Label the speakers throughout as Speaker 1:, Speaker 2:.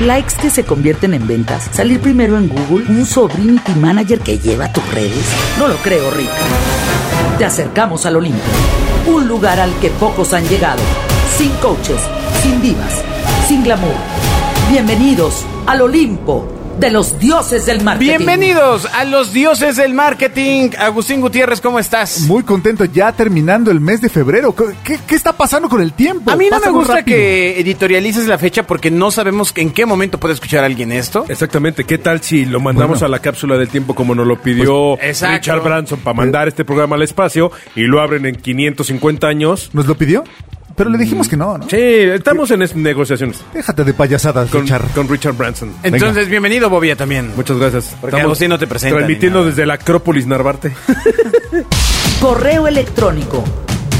Speaker 1: likes que se convierten en ventas, salir primero en Google, un sobrinity manager que lleva tus redes. No lo creo, Rick. Te acercamos al Olimpo, un lugar al que pocos han llegado, sin coaches, sin divas, sin glamour. Bienvenidos al Olimpo de los dioses del marketing.
Speaker 2: Bienvenidos a los dioses del marketing. Agustín Gutiérrez, ¿cómo estás?
Speaker 3: Muy contento ya terminando el mes de febrero. ¿Qué, qué está pasando con el tiempo?
Speaker 2: A mí no
Speaker 3: Pasa
Speaker 2: me
Speaker 3: muy
Speaker 2: gusta
Speaker 3: rápido.
Speaker 2: que editorialices la fecha porque no sabemos en qué momento puede escuchar alguien esto.
Speaker 4: Exactamente, ¿qué tal si lo mandamos
Speaker 3: Bueno.
Speaker 4: a la cápsula del tiempo como nos lo pidió
Speaker 2: Pues, exacto.
Speaker 4: Richard Branson para mandar este programa al espacio y lo abren en 550 años?
Speaker 3: ¿Nos lo pidió? Pero le
Speaker 4: Mm.
Speaker 3: dijimos que no, ¿no?
Speaker 4: Sí, estamos en es- negociaciones
Speaker 3: Déjate de payasadas,
Speaker 4: con,
Speaker 3: Richard.
Speaker 4: con Richard Branson.
Speaker 2: Entonces, bienvenido, Bobia, también.
Speaker 4: Muchas gracias.
Speaker 2: Porque Agustín no te presenta ni
Speaker 4: Transmitiendo
Speaker 2: nada.
Speaker 4: desde la Acrópolis Narvarte.
Speaker 1: Correo electrónico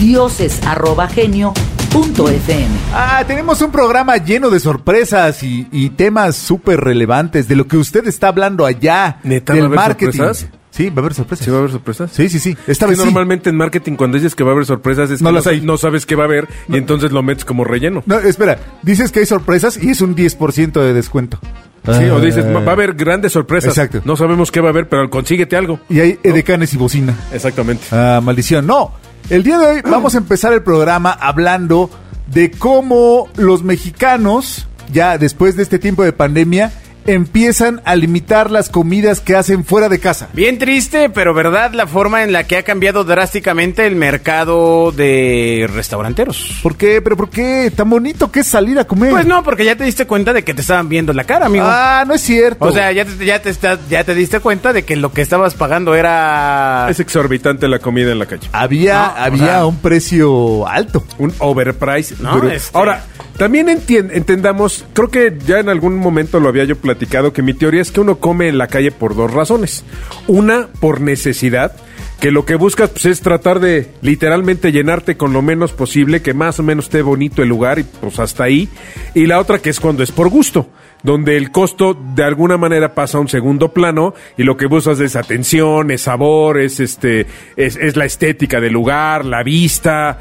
Speaker 1: dioses@genio.fm.
Speaker 3: Ah, tenemos un programa lleno de sorpresas y, y temas súper relevantes de lo que usted está hablando allá.
Speaker 4: ¿Neta va
Speaker 3: del
Speaker 4: a haber
Speaker 3: marketing.
Speaker 4: sorpresas?
Speaker 3: Sí, va a haber sorpresas.
Speaker 4: ¿Sí va a haber sorpresas?
Speaker 3: Sí, sí, sí. Esta
Speaker 4: Que
Speaker 3: vez sí.
Speaker 4: normalmente en marketing cuando dices que va a haber sorpresas es que
Speaker 3: No las hay.
Speaker 4: no sabes qué va a haber y entonces lo metes como relleno.
Speaker 3: No, espera. Dices que hay sorpresas y es un 10% de descuento.
Speaker 4: Sí, o dices,
Speaker 3: Ah.
Speaker 4: va a haber grandes sorpresas.
Speaker 3: Exacto.
Speaker 4: No sabemos qué va a haber, pero consíguete algo.
Speaker 3: Y hay edecanes y bocina.
Speaker 4: Exactamente.
Speaker 3: Ah, maldición. No. El día de hoy vamos a empezar el programa hablando de cómo los mexicanos, ya después de este tiempo de pandemia, empiezan a limitar las comidas que hacen fuera de casa.
Speaker 2: Bien triste, pero verdad la forma en la que ha cambiado drásticamente el mercado de restauranteros.
Speaker 3: ¿Por qué? ¿Pero por qué? Tan bonito que es salir a comer.
Speaker 2: Pues no, porque ya te diste cuenta de que te estaban viendo la cara, amigo.
Speaker 3: Ah, no es cierto.
Speaker 2: o sea, ya te, ya, te estás- ya te diste cuenta de que lo que estabas pagando era...
Speaker 4: Es exorbitante la comida en la calle.
Speaker 3: había,
Speaker 2: No, o
Speaker 3: había
Speaker 2: sea-
Speaker 3: un precio alto.
Speaker 4: Un overprice.
Speaker 2: No,
Speaker 4: duro.
Speaker 2: este-
Speaker 4: Ahora, también entien- entendamos, creo que ya en algún momento lo había yo platicado, que mi teoría es que uno come en la calle por dos razones. Una, por necesidad, que lo que buscas pues, es tratar de literalmente llenarte con lo menos posible, que más o menos esté bonito el lugar y pues hasta ahí. Y la otra que es cuando es por gusto. Donde el costo de alguna manera pasa a un segundo plano y lo que buscas es atención, es sabor, es este, es, es la estética del lugar, la vista,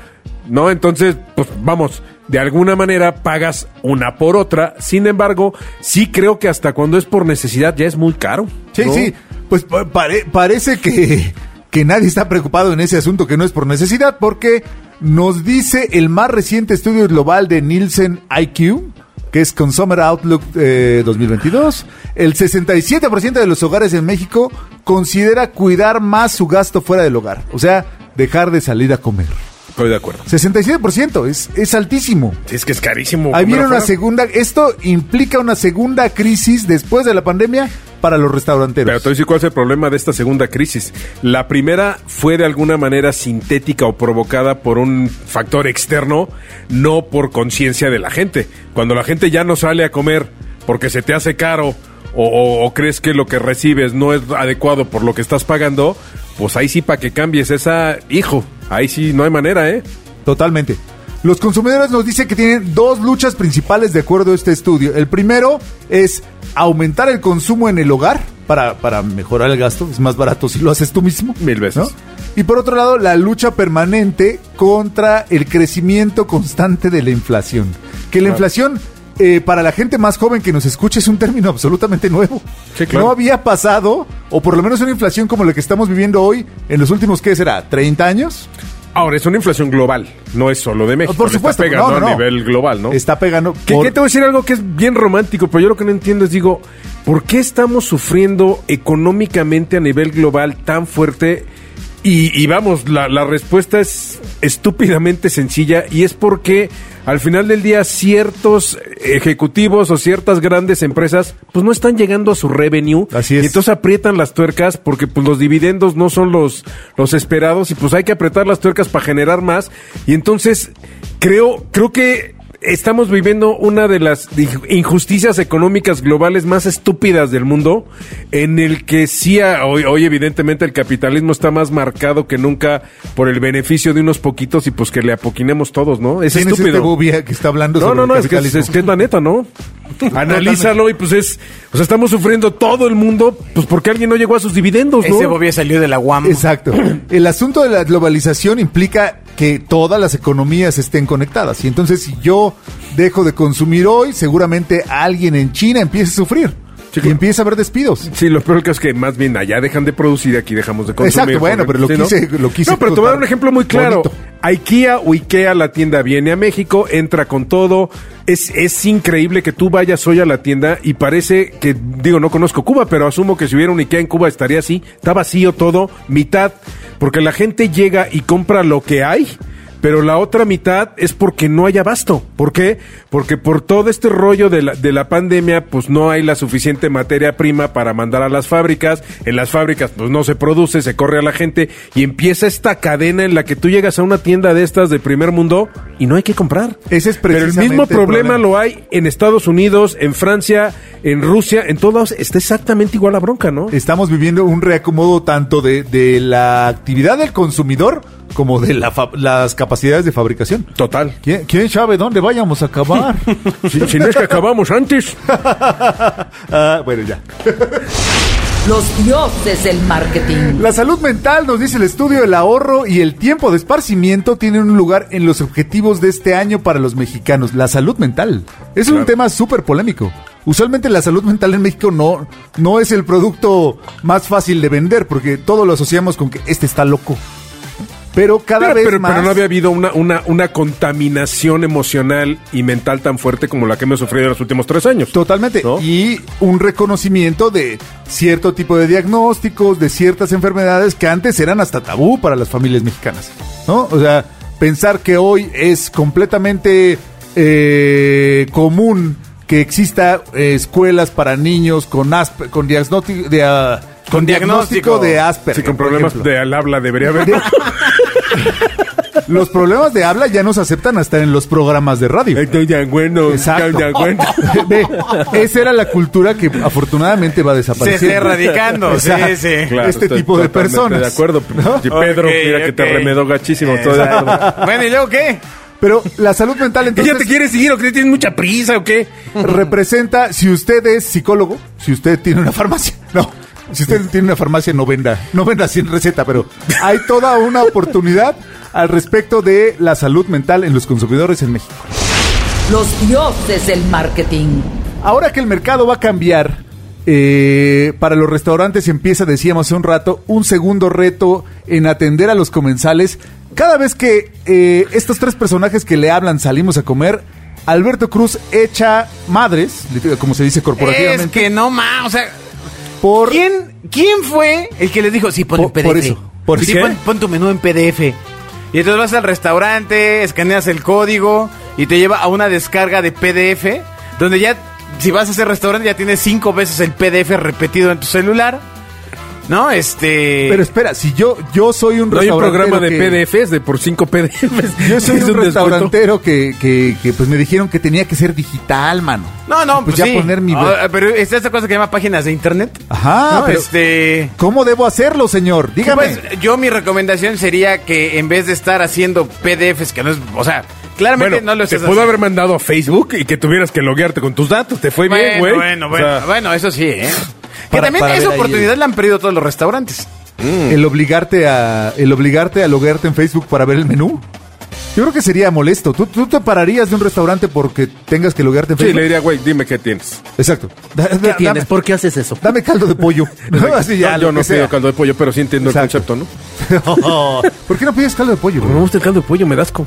Speaker 4: ¿no? Entonces, pues vamos, de alguna manera pagas una por otra. Sin embargo, sí creo que hasta cuando es por necesidad ya es muy caro.
Speaker 3: Sí,
Speaker 4: ¿no?
Speaker 3: sí. Pues pa- pare- parece que, que nadie está preocupado en ese asunto que no es por necesidad, porque nos dice el más reciente estudio global de Nielsen IQ, que es Consumer Outlook eh, 2022, el 67% de los hogares en México considera cuidar más su gasto fuera del hogar, o sea, dejar de salir a comer.
Speaker 4: Estoy de acuerdo.
Speaker 3: 67% es, es altísimo.
Speaker 4: Es que es carísimo.
Speaker 3: Ahí viene
Speaker 4: comer
Speaker 3: una
Speaker 4: afuera.
Speaker 3: segunda, esto implica una segunda crisis después de la pandemia para los restauranteros.
Speaker 4: Pero te voy a decir cuál es el problema de esta segunda crisis. La primera fue de alguna manera sintética o provocada por un factor externo, no por conciencia de la gente. Cuando la gente ya no sale a comer porque se te hace caro o, o- o crees que lo que recibes no es adecuado por lo que estás pagando, pues ahí sí para que cambies esa, hijo, ahí sí no hay manera, ¿eh?
Speaker 3: Totalmente. Los consumidores nos dicen que tienen dos luchas principales de acuerdo a este estudio. El primero es aumentar el consumo en el hogar para, para mejorar el gasto. Es más barato si lo haces tú mismo.
Speaker 4: Mil veces.
Speaker 3: Y por otro lado, la lucha permanente contra el crecimiento constante de la inflación. Que la inflación, eh, para la gente más joven que nos escucha, es un término absolutamente nuevo.
Speaker 4: Sí, claro.
Speaker 3: No había pasado, o por lo menos una inflación como la que estamos viviendo hoy, en los últimos, ¿qué será? ¿30 años?
Speaker 4: Ahora, es una inflación global, no es solo de México.
Speaker 3: Por
Speaker 4: le está
Speaker 3: supuesto,
Speaker 4: pegando
Speaker 3: no, no,
Speaker 4: a
Speaker 3: no.
Speaker 4: nivel global, ¿no?
Speaker 3: Está pegando.
Speaker 4: Que,
Speaker 3: por-
Speaker 4: que te voy a decir algo que es bien romántico, pero yo lo que no entiendo es, digo, ¿por qué estamos sufriendo económicamente a nivel global tan fuerte? Y, y vamos, la, la respuesta es estúpidamente sencilla y es porque al final del día ciertos ejecutivos o ciertas grandes empresas pues no están llegando a su revenue.
Speaker 3: Así es.
Speaker 4: Y entonces aprietan las tuercas porque pues, los dividendos no son los, los esperados y pues hay que apretar las tuercas para generar más. Y entonces creo, creo que estamos viviendo una de las inj- injusticias económicas globales más estúpidas del mundo, en el que sí, a- hoy, hoy evidentemente el capitalismo está más marcado que nunca por el beneficio de unos poquitos y pues que le apoquinemos todos, ¿no? Es
Speaker 3: ¿Quién es
Speaker 4: estúpido.
Speaker 3: este bobia que está hablando
Speaker 4: No,
Speaker 3: sobre
Speaker 4: no, no,
Speaker 3: el
Speaker 4: es que, es,
Speaker 3: capitalismo?
Speaker 4: es que es la neta, ¿no? Analízalo y pues es, o sea, estamos sufriendo todo el mundo, pues porque alguien no llegó a sus dividendos, ¿no?
Speaker 2: Ese Bobia salió de la UAM.
Speaker 3: Exacto. El asunto de la globalización implica que todas las economías estén conectadas. Y entonces, si yo dejo de consumir hoy, seguramente alguien en China empiece a sufrir.
Speaker 4: Sí, claro.
Speaker 3: Y empieza a haber despidos.
Speaker 4: Sí, lo peor que es que más bien allá dejan de producir, aquí dejamos de consumir.
Speaker 3: Exacto, bueno, pero lo
Speaker 4: Sí, ¿no?
Speaker 3: quise- lo quise
Speaker 4: No, pero te voy a dar un
Speaker 3: contar.
Speaker 4: ejemplo muy claro.
Speaker 3: Bonito.
Speaker 4: IKEA o IKEA, la tienda viene a México, entra con todo. Es, es increíble que tú vayas hoy a la tienda y parece que, digo, no conozco Cuba, pero asumo que si hubiera un IKEA en Cuba estaría así. Está vacío todo, mitad, porque la gente llega y compra lo que hay. Pero la otra mitad es porque no hay abasto. ¿Por qué? Porque por todo este rollo de la, de la pandemia, pues no hay la suficiente materia prima para mandar a las fábricas. En las fábricas, pues no se produce, se corre a la gente y empieza esta cadena en la que tú llegas a una tienda de estas de primer mundo y no hay que comprar.
Speaker 3: Ese es
Speaker 4: Pero el mismo
Speaker 3: precisamente el
Speaker 4: problema,
Speaker 3: problema.
Speaker 4: lo hay en Estados Unidos, en Francia, en Rusia, en todos lados. Está exactamente igual la bronca, ¿no?
Speaker 3: Estamos viviendo un reacomodo tanto de, de la actividad del consumidor como de la fa- las capacidades de fabricación.
Speaker 4: Total.
Speaker 3: ¿Quién, quién sabe dónde vayamos a acabar?
Speaker 4: Si, si no es que acabamos antes.
Speaker 3: Ah, bueno, ya.
Speaker 1: Los dioses del marketing.
Speaker 3: La salud mental, nos dice el estudio, el ahorro y el tiempo de esparcimiento tienen un lugar en los objetivos de este año para los mexicanos. La salud mental. Es un
Speaker 4: Claro.
Speaker 3: tema súper polémico. Usualmente la salud mental en México no, no es el producto más fácil de vender porque todo lo asociamos con que este está loco. Pero cada
Speaker 4: Pero,
Speaker 3: vez
Speaker 4: pero-
Speaker 3: más...
Speaker 4: pero no había habido una, una, una contaminación emocional y mental tan fuerte como la que hemos sufrido en los últimos tres años.
Speaker 3: Totalmente.
Speaker 4: ¿No?
Speaker 3: Y un reconocimiento de cierto tipo de diagnósticos, de ciertas enfermedades que antes eran hasta tabú para las familias mexicanas. ¿No? O sea, pensar que hoy es completamente eh, común que exista eh, escuelas para niños con asp- con, diagnóstico de, ah,
Speaker 2: Con
Speaker 3: con diagnóstico
Speaker 2: diagnóstico.
Speaker 3: de Asperger.
Speaker 4: Sí, con
Speaker 3: por
Speaker 4: problemas
Speaker 3: ejemplo.
Speaker 4: de al habla debería haber.
Speaker 3: Los problemas de habla ya nos aceptan hasta en los programas de radio.
Speaker 4: Estoy de acuerdo,
Speaker 3: Exacto.
Speaker 4: estoy de acuerdo.
Speaker 3: Ve, esa era la cultura que afortunadamente va
Speaker 2: Se
Speaker 3: desapareciendo.
Speaker 2: está erradicando. sí,
Speaker 3: Exacto.
Speaker 2: sí.
Speaker 3: Claro, este
Speaker 4: estoy
Speaker 3: tipo de
Speaker 4: totalmente
Speaker 3: personas,
Speaker 4: De acuerdo.
Speaker 3: ¿no? Eh,
Speaker 4: Y Pedro,
Speaker 2: Ok,
Speaker 4: mira que te
Speaker 2: ok.
Speaker 4: remedó gachísimo. estoy de
Speaker 2: Exacto.
Speaker 4: acuerdo.
Speaker 2: Bueno, ¿y luego qué?
Speaker 3: Pero la salud mental
Speaker 4: ¿Ella te
Speaker 3: entonces
Speaker 4: quiere seguir o que tienes mucha prisa o qué?
Speaker 3: representa, si usted es psicólogo, si usted tiene una farmacia, no, si usted tiene una farmacia no venda, no venda sin receta, pero hay toda una oportunidad al respecto de la salud mental en los consumidores en México.
Speaker 1: Los dioses del marketing.
Speaker 3: Ahora que el mercado va a cambiar, eh, para los restaurantes empieza, decíamos hace un rato, un segundo reto en atender a los comensales. Cada vez que eh, estos tres personajes que le hablan salimos a comer, Alberto Cruz echa madres, literal, como se dice
Speaker 2: Es
Speaker 3: corporativamente,
Speaker 2: que no más, o sea,
Speaker 3: por...
Speaker 2: ¿quién, ¿quién fue el que les dijo, sí, pon
Speaker 3: Por-
Speaker 2: en PDF?
Speaker 3: por eso. ¿Por
Speaker 2: Sí,
Speaker 3: qué?
Speaker 2: pon, pon tu menú en PDF. Y entonces vas al restaurante, escaneas el código y te lleva a una descarga de PDF, donde ya, si vas a ese restaurante, ya tienes cinco veces el PDF repetido en tu celular. ¿No? Este...
Speaker 3: Pero espera, si yo, yo soy un
Speaker 4: No hay un
Speaker 3: restaurantero
Speaker 4: programa
Speaker 3: que-
Speaker 4: de PDFs, de por cinco PDFs.
Speaker 3: Yo soy
Speaker 4: Es
Speaker 3: un,
Speaker 4: descuento.
Speaker 3: restaurantero que, que- que, pues me dijeron que tenía que ser digital, mano.
Speaker 2: no, no,
Speaker 3: pues,
Speaker 2: pues,
Speaker 3: ya
Speaker 2: sí.
Speaker 3: poner mi...
Speaker 4: eh.
Speaker 2: Ah, pero está esta cosa que se llama páginas de internet.
Speaker 3: Ajá,
Speaker 2: ¿no?
Speaker 3: pero-
Speaker 2: Este...
Speaker 3: ¿Cómo debo hacerlo, señor? Dígame.
Speaker 2: Pues, yo mi recomendación sería que en vez de estar haciendo PDFs, que no es, o sea, claramente
Speaker 4: Bueno,
Speaker 2: no lo
Speaker 4: te
Speaker 2: estás
Speaker 4: pudo haber mandando a Facebook y que tuvieras que loguearte con tus datos. Te fue
Speaker 2: bueno,
Speaker 4: bien, güey.
Speaker 2: bueno,
Speaker 4: O
Speaker 2: bueno,
Speaker 4: sea,
Speaker 2: bueno, eso sí, ¿eh? que
Speaker 3: Para-
Speaker 2: también
Speaker 3: para
Speaker 2: esa
Speaker 3: ver ahí
Speaker 2: oportunidad la han perdido todos los restaurantes.
Speaker 4: Mm.
Speaker 3: El obligarte a el obligarte a loguearte en Facebook para ver el menú. Yo creo que sería molesto. ¿Tú, tú te pararías de un restaurante porque tengas que loguearte en
Speaker 4: Sí,
Speaker 3: Facebook?
Speaker 4: le diría, güey, dime qué tienes.
Speaker 3: Exacto. Da- da-
Speaker 5: ¿Qué tienes?
Speaker 3: Dame,
Speaker 5: ¿Por qué haces eso?
Speaker 3: dame caldo de pollo. No, así ya,
Speaker 4: yo
Speaker 3: lo
Speaker 4: no
Speaker 3: que sea.
Speaker 4: pido caldo de pollo, pero sí entiendo
Speaker 3: Exacto.
Speaker 4: el concepto, ¿no?
Speaker 3: ¿Por qué no pides caldo de pollo?
Speaker 4: No me gusta el caldo de pollo, me da asco.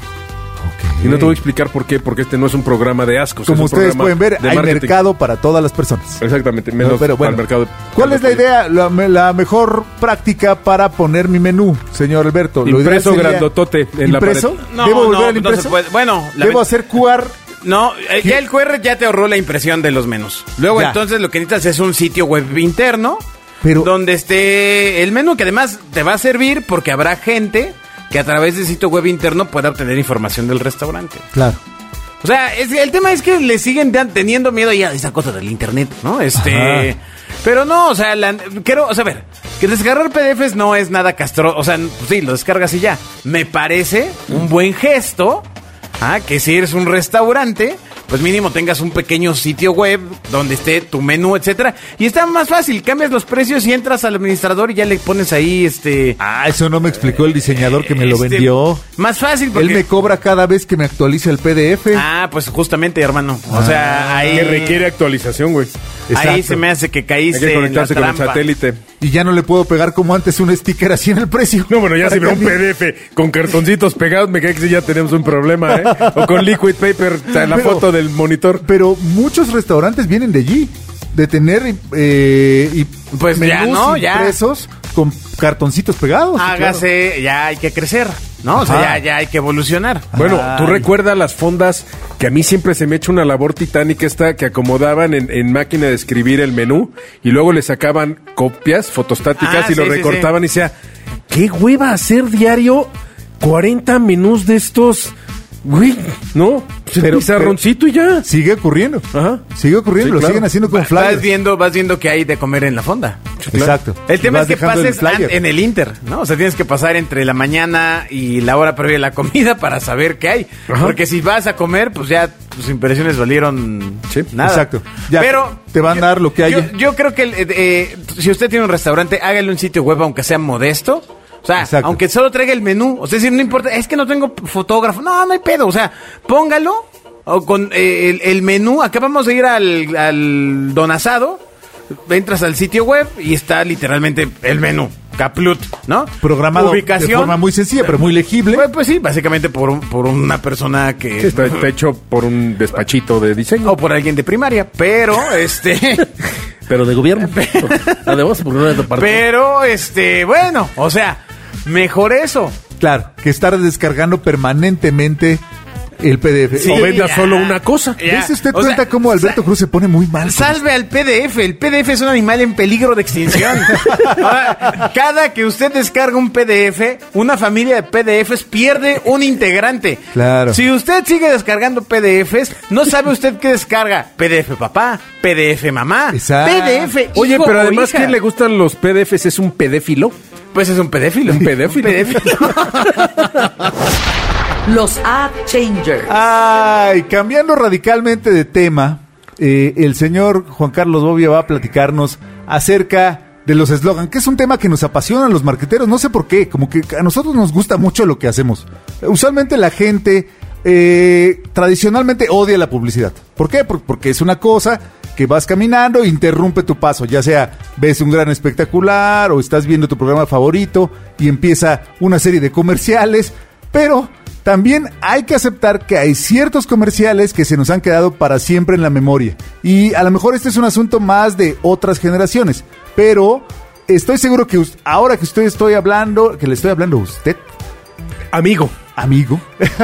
Speaker 4: Y no te voy a explicar por qué, porque este no es un programa de ascos. es
Speaker 3: Como
Speaker 4: un
Speaker 3: ustedes
Speaker 4: programa
Speaker 3: pueden ver,
Speaker 4: de
Speaker 3: hay
Speaker 4: marketing.
Speaker 3: mercado para todas las personas.
Speaker 4: Exactamente, menos
Speaker 3: No, pero bueno,
Speaker 4: para el mercado. de-
Speaker 3: ¿cuál es la
Speaker 4: de pollo.
Speaker 3: idea, la, me- la mejor práctica para poner mi menú, señor Alberto? Lo
Speaker 4: Impreso
Speaker 3: ideal sería-
Speaker 4: grandotote en la
Speaker 3: ¿Impreso?
Speaker 4: pared.
Speaker 2: No,
Speaker 3: ¿Debo
Speaker 2: no,
Speaker 3: volver al
Speaker 2: no se
Speaker 3: impreso?
Speaker 2: puede. Bueno, la-
Speaker 3: ¿Debo hacer QR?
Speaker 2: No, eh, ya el QR ya te ahorró la impresión de los menús. Luego
Speaker 3: Ya.
Speaker 2: entonces lo que necesitas es un sitio web interno
Speaker 3: Pero-
Speaker 2: donde esté el menú que además te va a servir porque habrá gente que a través del sitio web interno pueda obtener información del restaurante.
Speaker 3: Claro.
Speaker 2: O sea, es- el tema es que le siguen dan- teniendo miedo ya a esa cosa del internet, ¿no? Este.
Speaker 3: Ajá.
Speaker 2: Pero no, o sea, la- quiero, o sea, a ver, que descargar PDFs no es nada castro. O sea, pues sí, lo descargas y ya. Me parece un buen gesto. Ah, que si eres un restaurante, pues pues mínimo tengas un pequeño sitio web donde esté tu menú, etcétera. Y está más fácil, cambias los precios y entras al administrador y ya le pones ahí este.
Speaker 3: Ah, eso no me explicó el diseñador que me lo
Speaker 2: este,
Speaker 3: vendió.
Speaker 2: Más fácil porque.
Speaker 3: Él me cobra cada vez que me actualiza el PDF.
Speaker 2: Ah, pues justamente, hermano. O
Speaker 3: Ah,
Speaker 2: sea, ahí.
Speaker 4: Que requiere actualización, güey.
Speaker 2: Ahí
Speaker 3: Exacto.
Speaker 2: se me hace que
Speaker 4: Hay
Speaker 2: caíste
Speaker 4: que
Speaker 2: en la
Speaker 4: conectarse con el
Speaker 2: trampa.
Speaker 4: satélite.
Speaker 3: Y ya no le puedo pegar como antes un sticker así en el precio.
Speaker 4: No, bueno, ya si veo un
Speaker 3: Para
Speaker 4: PDF con cartoncitos pegados, me cae que sí ya tenemos un problema, ¿eh? O con liquid paper, o sea, la
Speaker 3: Pero-
Speaker 4: foto del monitor.
Speaker 3: Pero muchos restaurantes vienen de allí, de tener eh, y
Speaker 2: Pues ya, ¿no? Ya.
Speaker 3: impresos con cartoncitos pegados. sí, claro.
Speaker 2: Hágase, ya hay que crecer, ¿no? O sea,
Speaker 3: Ajá.
Speaker 2: ya, ya hay que evolucionar.
Speaker 4: Bueno, tú
Speaker 3: Ay.
Speaker 4: recuerdas las fondas que a mí siempre se me echa una labor titánica esta que acomodaban en, en máquina de escribir el menú y luego le sacaban copias
Speaker 2: Ah,
Speaker 4: fotostáticas y lo
Speaker 2: sí, sí,
Speaker 4: recortaban y decía, ¿qué hueva hacer diario 40 menús de estos? Güey, ¿no? Pues el
Speaker 3: Pero-
Speaker 4: pizarroncito y ya.
Speaker 3: Sigue ocurriendo.
Speaker 4: Ajá.
Speaker 3: Sigue ocurriendo,
Speaker 4: Sí,
Speaker 3: lo
Speaker 4: claro.
Speaker 3: siguen haciendo con
Speaker 2: Vas
Speaker 3: flyers.
Speaker 2: viendo, vas viendo que hay de comer en la fonda.
Speaker 3: Exacto.
Speaker 2: El tema es
Speaker 3: Vas
Speaker 2: que
Speaker 3: dejando el
Speaker 2: pases
Speaker 3: flyer.
Speaker 2: an- en el Inter, ¿no? O sea, tienes que pasar entre la mañana y la hora previa de la comida para saber qué hay.
Speaker 4: Ajá.
Speaker 2: Porque si vas a comer, pues ya tus impresiones valieron
Speaker 4: Sí,
Speaker 2: nada.
Speaker 3: exacto. Ya
Speaker 2: Pero
Speaker 3: te van a dar lo que
Speaker 2: yo-
Speaker 3: haya.
Speaker 2: Yo, creo que el, eh, eh, si usted tiene un restaurante, hágale un sitio web aunque sea modesto. O sea,
Speaker 3: Exacto.
Speaker 2: aunque solo traiga el menú, o sea, si no importa, es que no tengo fotógrafo, no, no hay pedo, o sea, póngalo o con eh, el, el menú, acá vamos a ir al, al don asado, entras al sitio web y está literalmente el menú, caplut, ¿no?
Speaker 3: Programado de
Speaker 2: Ubicación.
Speaker 3: forma muy sencilla, pero muy legible.
Speaker 2: Pues, pues sí, básicamente por, un- por una persona que...
Speaker 4: Sí, Está, está hecho por un despachito de diseño.
Speaker 5: Oh,
Speaker 2: o por alguien de primaria, pero este...
Speaker 5: Pero de gobierno. Además, porque no es de parte.
Speaker 2: Pero, este, bueno, o sea, mejor eso.
Speaker 3: Claro, que estar descargando permanentemente el PDF.
Speaker 2: Sí.
Speaker 4: o venda
Speaker 2: ya.
Speaker 4: solo una cosa.
Speaker 2: Ya.
Speaker 3: ¿Ves usted
Speaker 2: O sea,
Speaker 3: cuenta cómo Alberto Cruz se pone muy mal? con
Speaker 2: Salve al PDF. El PDF es un animal en peligro de extinción. Ahora, Cada que usted descarga un PDF, una familia de PDFs pierde un integrante.
Speaker 3: Claro.
Speaker 2: Si usted sigue descargando PDFs, no sabe usted qué descarga. PDF papá, PDF mamá,
Speaker 3: Exacto.
Speaker 2: PDF. hijo
Speaker 4: Ah. Oye, pero
Speaker 2: o
Speaker 4: además,
Speaker 2: hija.
Speaker 4: ¿quién le gustan los PDFs? ¿Es un pedéfilo?
Speaker 2: Pues es un pedéfilo.
Speaker 4: Un pedéfilo.
Speaker 2: Un pedéfilo.
Speaker 1: Los App Changers.
Speaker 3: Ay, cambiando radicalmente de tema, eh, el señor Juan Carlos Bobia va a platicarnos acerca de los eslogan, que es un tema que nos apasiona a los marqueteros, no sé por qué, como que a nosotros nos gusta mucho lo que hacemos. Usualmente la gente eh, tradicionalmente odia la publicidad. ¿Por qué? Por- porque es una cosa que vas caminando e interrumpe tu paso, ya sea ves un gran espectacular o estás viendo tu programa favorito y empieza una serie de comerciales, pero también hay que aceptar que hay ciertos comerciales que se nos han quedado para siempre en la memoria. Y a lo mejor este es un asunto más de otras generaciones. Pero estoy seguro que us- ahora que usted estoy hablando, que le estoy hablando a usted,
Speaker 4: Amigo.
Speaker 3: amigo,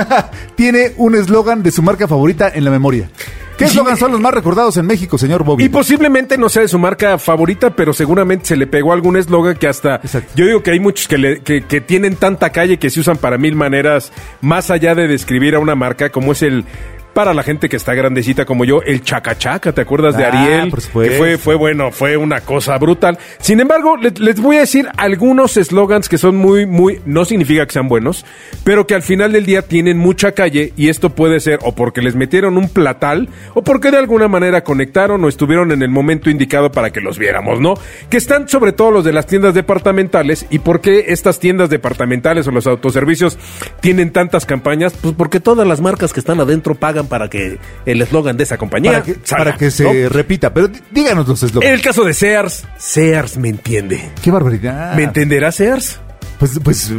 Speaker 3: tiene un eslogan de su marca favorita en la memoria. ¿Qué
Speaker 4: Sí,
Speaker 3: eslogan son los más recordados en México, señor Bobby?
Speaker 4: Y posiblemente no sea de su marca favorita, pero seguramente se le pegó algún eslogan que hasta...
Speaker 3: Exacto.
Speaker 4: Yo digo que hay muchos que, le- que, que tienen tanta calle que se usan para mil maneras, más allá de describir a una marca, como es el... Para la gente que está grandecita como yo, el chacachaca, ¿te acuerdas de
Speaker 3: Ah,
Speaker 4: Ariel?
Speaker 3: por supuesto.
Speaker 4: Que fue, fue bueno, fue una cosa brutal. Sin embargo, le- les, voy a decir algunos eslogans que son muy, muy, no significa que sean buenos, pero que al final del día tienen mucha calle y esto puede ser o porque les metieron un platal o porque de alguna manera conectaron o estuvieron en el momento indicado para que los viéramos, ¿no? Que están sobre todo los de las tiendas departamentales y por qué estas tiendas departamentales o los autoservicios tienen tantas campañas,
Speaker 5: Pues porque todas las marcas que están adentro pagan para que el eslogan de esa compañía.
Speaker 3: para que,
Speaker 4: salga,
Speaker 3: para que se
Speaker 4: ¿no?
Speaker 3: repita, pero dí- díganos los
Speaker 4: En
Speaker 3: eslogans.
Speaker 4: el caso de Sears, Sears me entiende.
Speaker 3: ¡Qué barbaridad!
Speaker 4: ¿Me entenderá Sears?
Speaker 3: Pues, pues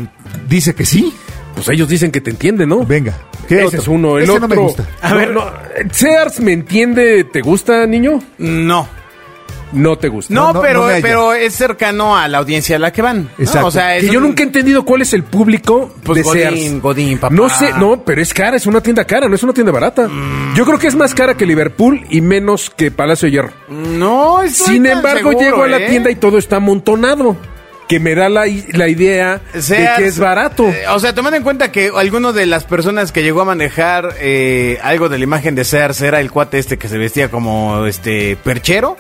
Speaker 3: dice que sí.
Speaker 4: Pues ellos dicen que te entienden, ¿no?
Speaker 3: Venga. ¿qué
Speaker 4: Ese
Speaker 3: otro?
Speaker 4: es uno. El
Speaker 3: Ese
Speaker 4: otro.
Speaker 3: no me gusta.
Speaker 4: A ver, no, Sears me entiende. ¿Te gusta, niño?
Speaker 2: No.
Speaker 4: No te gusta.
Speaker 2: No,
Speaker 3: No, no,
Speaker 2: pero,
Speaker 3: no me halla.
Speaker 2: pero es cercano a la audiencia a la que van. ¿no?
Speaker 3: Exacto.
Speaker 2: O sea, es
Speaker 4: Que yo
Speaker 2: un-
Speaker 4: nunca he entendido cuál es el público
Speaker 2: Pues
Speaker 4: de
Speaker 2: Godín,
Speaker 4: Sears.
Speaker 2: Godín, papá.
Speaker 4: No sé, no, pero es cara, es una tienda cara, no es una tienda barata.
Speaker 2: Mm.
Speaker 4: Yo creo que es más cara que Liverpool y menos que Palacio de Hierro.
Speaker 2: No, estoy
Speaker 4: Sin
Speaker 2: tan
Speaker 4: embargo,
Speaker 2: seguro,
Speaker 4: llego a
Speaker 2: ¿eh?
Speaker 4: la tienda y todo está amontonado. Que me da la, i- la idea
Speaker 2: Sears,
Speaker 4: de que es barato.
Speaker 2: eh, o sea, tomando en cuenta que alguno de las personas que llegó a manejar eh, algo de la imagen de Sears era el cuate este que se vestía como este perchero.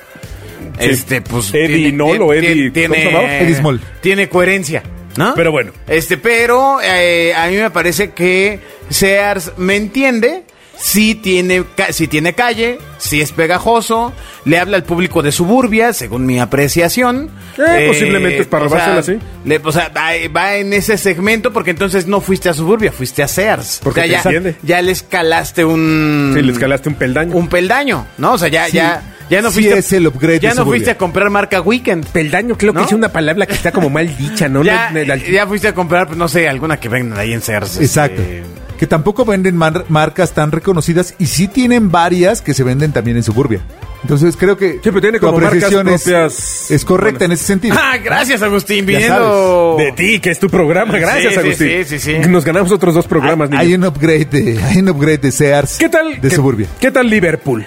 Speaker 4: Sí.
Speaker 2: Este, pues.
Speaker 4: Eddie Knoll o
Speaker 2: tiene-
Speaker 4: Eddie- ¿cómo se llamaba?
Speaker 2: Tiene,
Speaker 3: Eddie Small.
Speaker 2: tiene coherencia, ¿no?
Speaker 4: Pero bueno.
Speaker 2: Este, pero eh, a mí me parece que Sears me entiende. sí tiene, ca- sí tiene calle, sí es pegajoso, le habla al público de suburbia, según mi apreciación.
Speaker 4: Eh, posiblemente es para
Speaker 2: o sea,
Speaker 4: robársela, sí.
Speaker 2: le- o sea, va, va en ese segmento porque entonces no fuiste a suburbia, fuiste a Sears.
Speaker 4: Porque
Speaker 2: o sea,
Speaker 4: te
Speaker 2: ya,
Speaker 4: entiende.
Speaker 2: ya le escalaste un.
Speaker 4: Sí, le escalaste un peldaño.
Speaker 2: mm. Un peldaño, ¿no? O sea, ya,
Speaker 3: Sí,
Speaker 2: ya, ya no
Speaker 3: sí
Speaker 2: fuiste.
Speaker 3: es el upgrade
Speaker 2: Ya
Speaker 3: de
Speaker 2: no
Speaker 3: Suburbia.
Speaker 2: fuiste a comprar marca Weekend.
Speaker 5: Peldaño, creo
Speaker 2: ¿No?
Speaker 5: que es una palabra que está como mal dicha, ¿no?
Speaker 2: ya,
Speaker 5: No, no, no,
Speaker 2: ya fuiste a comprar, pues, no sé, alguna que vengan ahí en Sears.
Speaker 3: Exacto.
Speaker 2: este,
Speaker 3: Que tampoco venden mar- marcas tan reconocidas y sí tienen varias que se venden también en suburbia. Entonces creo que
Speaker 4: Sí, pero tiene
Speaker 3: tu
Speaker 4: como marcas
Speaker 3: apreciación es,
Speaker 4: propias.
Speaker 3: es correcta en ese sentido.
Speaker 2: Ah, gracias, Agustín.
Speaker 3: Ya
Speaker 2: Viniendo.
Speaker 4: De ti, que es tu programa. Gracias,
Speaker 2: Sí, sí,
Speaker 4: Agustín.
Speaker 2: sí, sí, sí.
Speaker 4: Nos ganamos otros dos programas, niño.
Speaker 3: Hay un upgrade de, hay un upgrade de Sears
Speaker 4: ¿Qué tal?
Speaker 3: de
Speaker 4: qué-
Speaker 3: suburbia.
Speaker 4: ¿Qué tal Liverpool?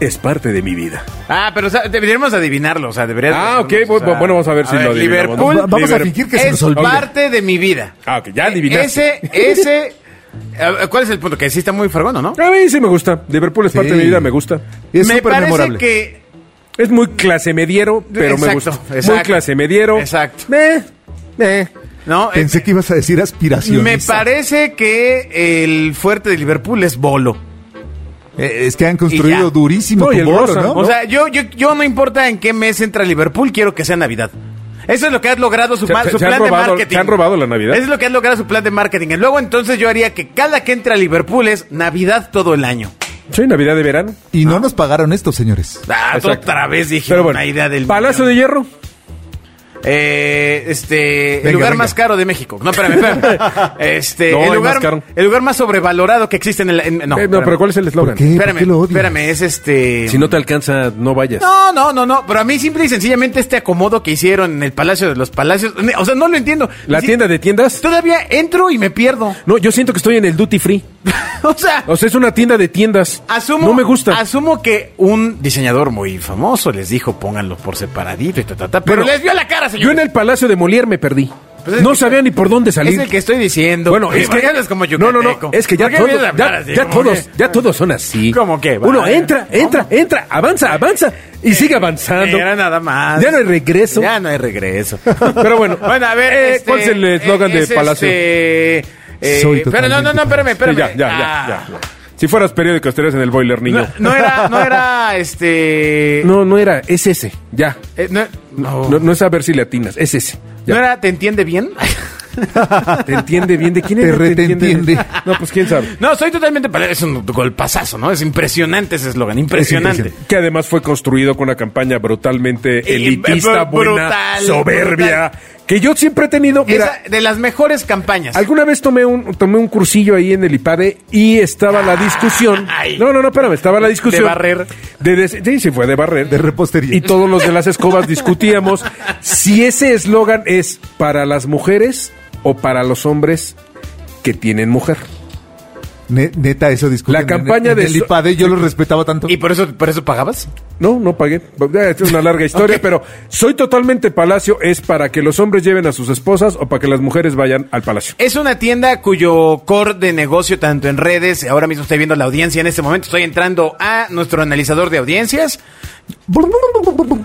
Speaker 4: Es parte de mi vida.
Speaker 2: Ah, pero o sea, deberíamos adivinarlo. O sea, deberíamos.
Speaker 4: Ah, ok,
Speaker 2: o sea,
Speaker 4: bu- bueno, vamos a ver si lo adivinamos,
Speaker 2: Liverpool
Speaker 3: Va- Vamos a
Speaker 4: Liber-
Speaker 3: fingir que se
Speaker 2: es
Speaker 3: nos olvida.
Speaker 2: parte de mi vida.
Speaker 4: Ah, ok, ya adivinaste.
Speaker 2: Ese, ese. eh, ¿Cuál es el punto? Que sí está muy fregón, ¿o ¿no?
Speaker 4: A mí sí me gusta. Liverpool es parte
Speaker 3: Sí.
Speaker 4: de mi vida, me eh, gusta.
Speaker 3: Y es
Speaker 2: me
Speaker 3: súper
Speaker 2: parece
Speaker 3: memorable.
Speaker 2: que.
Speaker 4: Es muy clase mediero, pero me
Speaker 2: Exacto,
Speaker 4: gusta. Muy
Speaker 2: exacto.
Speaker 4: clase mediero.
Speaker 2: Exacto.
Speaker 4: Eh, eh.
Speaker 2: No, Eh,
Speaker 3: Pensé que ibas a decir aspiración.
Speaker 2: me parece que el fuerte de Liverpool es Bolo.
Speaker 3: Eh, es que han construido
Speaker 2: ya.
Speaker 3: durísimo
Speaker 4: No, y
Speaker 3: tu
Speaker 4: el
Speaker 3: bolo,
Speaker 4: rosa,
Speaker 3: ¿no?
Speaker 2: O sea, yo, yo, yo no importa en qué mes entra Liverpool, quiero que sea Navidad. Eso es lo que has logrado su,
Speaker 4: Se-
Speaker 2: ma-
Speaker 4: se-
Speaker 2: su
Speaker 4: se han
Speaker 2: plan
Speaker 4: robado-
Speaker 2: de marketing.
Speaker 4: se han robado la Navidad.
Speaker 2: Eso es lo que has logrado su plan de marketing. Y Luego entonces yo haría que cada que entra a Liverpool es Navidad todo el año.
Speaker 4: Soy Navidad de verano.
Speaker 3: y no nos pagaron esto, señores.
Speaker 2: Ah,
Speaker 4: Exacto.
Speaker 2: otra vez dije
Speaker 4: Pero bueno,
Speaker 2: una idea del
Speaker 4: Palacio de
Speaker 2: millón.
Speaker 4: Hierro.
Speaker 2: Eh, este,
Speaker 3: Venga,
Speaker 2: el lugar
Speaker 3: venga.
Speaker 2: más caro de México. No, espérame, espérame. Este,
Speaker 4: No,
Speaker 2: el,
Speaker 4: el
Speaker 2: lugar,
Speaker 4: más caro.
Speaker 2: el lugar más sobrevalorado que existe en el... en- no,
Speaker 4: Eh, no, pero ¿cuál es el eslogan?
Speaker 3: ¿Por qué?
Speaker 2: Espérame,
Speaker 3: lo odias?
Speaker 2: espérame, es este...
Speaker 5: Si no te alcanza, no vayas.
Speaker 2: No, no, no, no. Pero a mí simple y sencillamente este acomodo que hicieron en el Palacio de los Palacios. O sea, no lo entiendo.
Speaker 4: ¿La
Speaker 2: Sí,
Speaker 4: tienda de tiendas?
Speaker 2: Todavía entro y me pierdo.
Speaker 5: No, yo siento que estoy en el duty free.
Speaker 2: o sea,
Speaker 4: O sea, es una tienda de tiendas.
Speaker 2: asumo.
Speaker 4: No me gusta.
Speaker 2: Asumo que un diseñador muy famoso les dijo pónganlo por separadito y ta, ta, ta. Pero
Speaker 4: Bueno,
Speaker 2: les vio la cara,
Speaker 4: Yo
Speaker 2: señor.
Speaker 4: en el Palacio de Molière me perdí.
Speaker 2: Pues es
Speaker 4: no
Speaker 2: que-
Speaker 4: sabía ni por dónde salir.
Speaker 2: Es el que estoy diciendo.
Speaker 4: Bueno, es
Speaker 2: ¿por
Speaker 4: que
Speaker 2: qué hablas como
Speaker 4: No, no, no,
Speaker 2: yucateco?
Speaker 4: es que ya
Speaker 2: ¿Por qué
Speaker 4: todos,
Speaker 2: vienes a hablar
Speaker 4: ya,
Speaker 2: así,
Speaker 5: Ya
Speaker 2: como
Speaker 5: todos,
Speaker 2: que-
Speaker 5: ya todos son así.
Speaker 2: ¿Cómo que?
Speaker 5: Uno
Speaker 2: Vaya.
Speaker 5: entra, entra, entra, avanza, avanza y sigue avanzando.
Speaker 2: Mira nada más.
Speaker 5: Ya no hay regreso.
Speaker 2: Ya no hay regreso.
Speaker 4: Pero bueno.
Speaker 2: Bueno, a ver.
Speaker 4: Eh,
Speaker 2: este,
Speaker 4: ¿Cuál es el eslogan
Speaker 2: eh,
Speaker 4: de
Speaker 2: es
Speaker 4: Palacio?
Speaker 2: este, eh,
Speaker 3: Soy
Speaker 2: pero no, no, no,
Speaker 3: totalmente
Speaker 2: espérame,
Speaker 4: Sí,
Speaker 2: espérame.
Speaker 4: ya, ya, ya,
Speaker 2: Ah.
Speaker 4: ya. Si fueras periódico, estarías en el boiler, niño.
Speaker 2: No, no era, no era, este...
Speaker 5: No, no era, es ese. Ya.
Speaker 2: eh, no, no,
Speaker 4: No, no es a ver si le atinas, es ese.
Speaker 2: ¿no
Speaker 4: Ya.
Speaker 2: era, ¿te entiende bien?
Speaker 4: ¿Te entiende bien de quién
Speaker 3: Te
Speaker 4: era?
Speaker 3: re- te entiende.
Speaker 4: No, pues quién sabe.
Speaker 2: no, soy totalmente... pal- Es un golpazazo, ¿no? Es impresionante ese eslogan, impresionante.
Speaker 4: Este, Que además fue construido con una campaña brutalmente
Speaker 2: Y-
Speaker 4: elitista,
Speaker 2: br-
Speaker 4: buena,
Speaker 2: brutal,
Speaker 4: soberbia. Que yo siempre he tenido. Mira,
Speaker 2: Esa- de las mejores campañas.
Speaker 4: Alguna vez tomé un, tomé un cursillo ahí en el IPADE y estaba la discusión.
Speaker 2: Ay.
Speaker 4: No, no, no, espérame, estaba la discusión.
Speaker 2: De barrer.
Speaker 4: De des- sí, sí, fue de barrer.
Speaker 3: De repostería.
Speaker 4: Y todos los de las escobas discutíamos si ese eslogan es para las mujeres o para los hombres que tienen mujer.
Speaker 3: Ne- neta, eso disculpen.
Speaker 4: La
Speaker 3: en-
Speaker 4: campaña
Speaker 3: en
Speaker 4: de
Speaker 3: el
Speaker 4: so-
Speaker 3: IPADE yo lo respetaba tanto.
Speaker 2: ¿Y por eso, por eso pagabas?
Speaker 4: No, no pagué. Eh, Es una larga historia,
Speaker 2: Ok.
Speaker 4: pero soy totalmente palacio. Es para que los hombres lleven a sus esposas o para que las mujeres vayan al palacio.
Speaker 2: Es una tienda cuyo core de negocio, tanto en redes, ahora mismo estoy viendo la audiencia en este momento, estoy entrando a nuestro analizador de audiencias.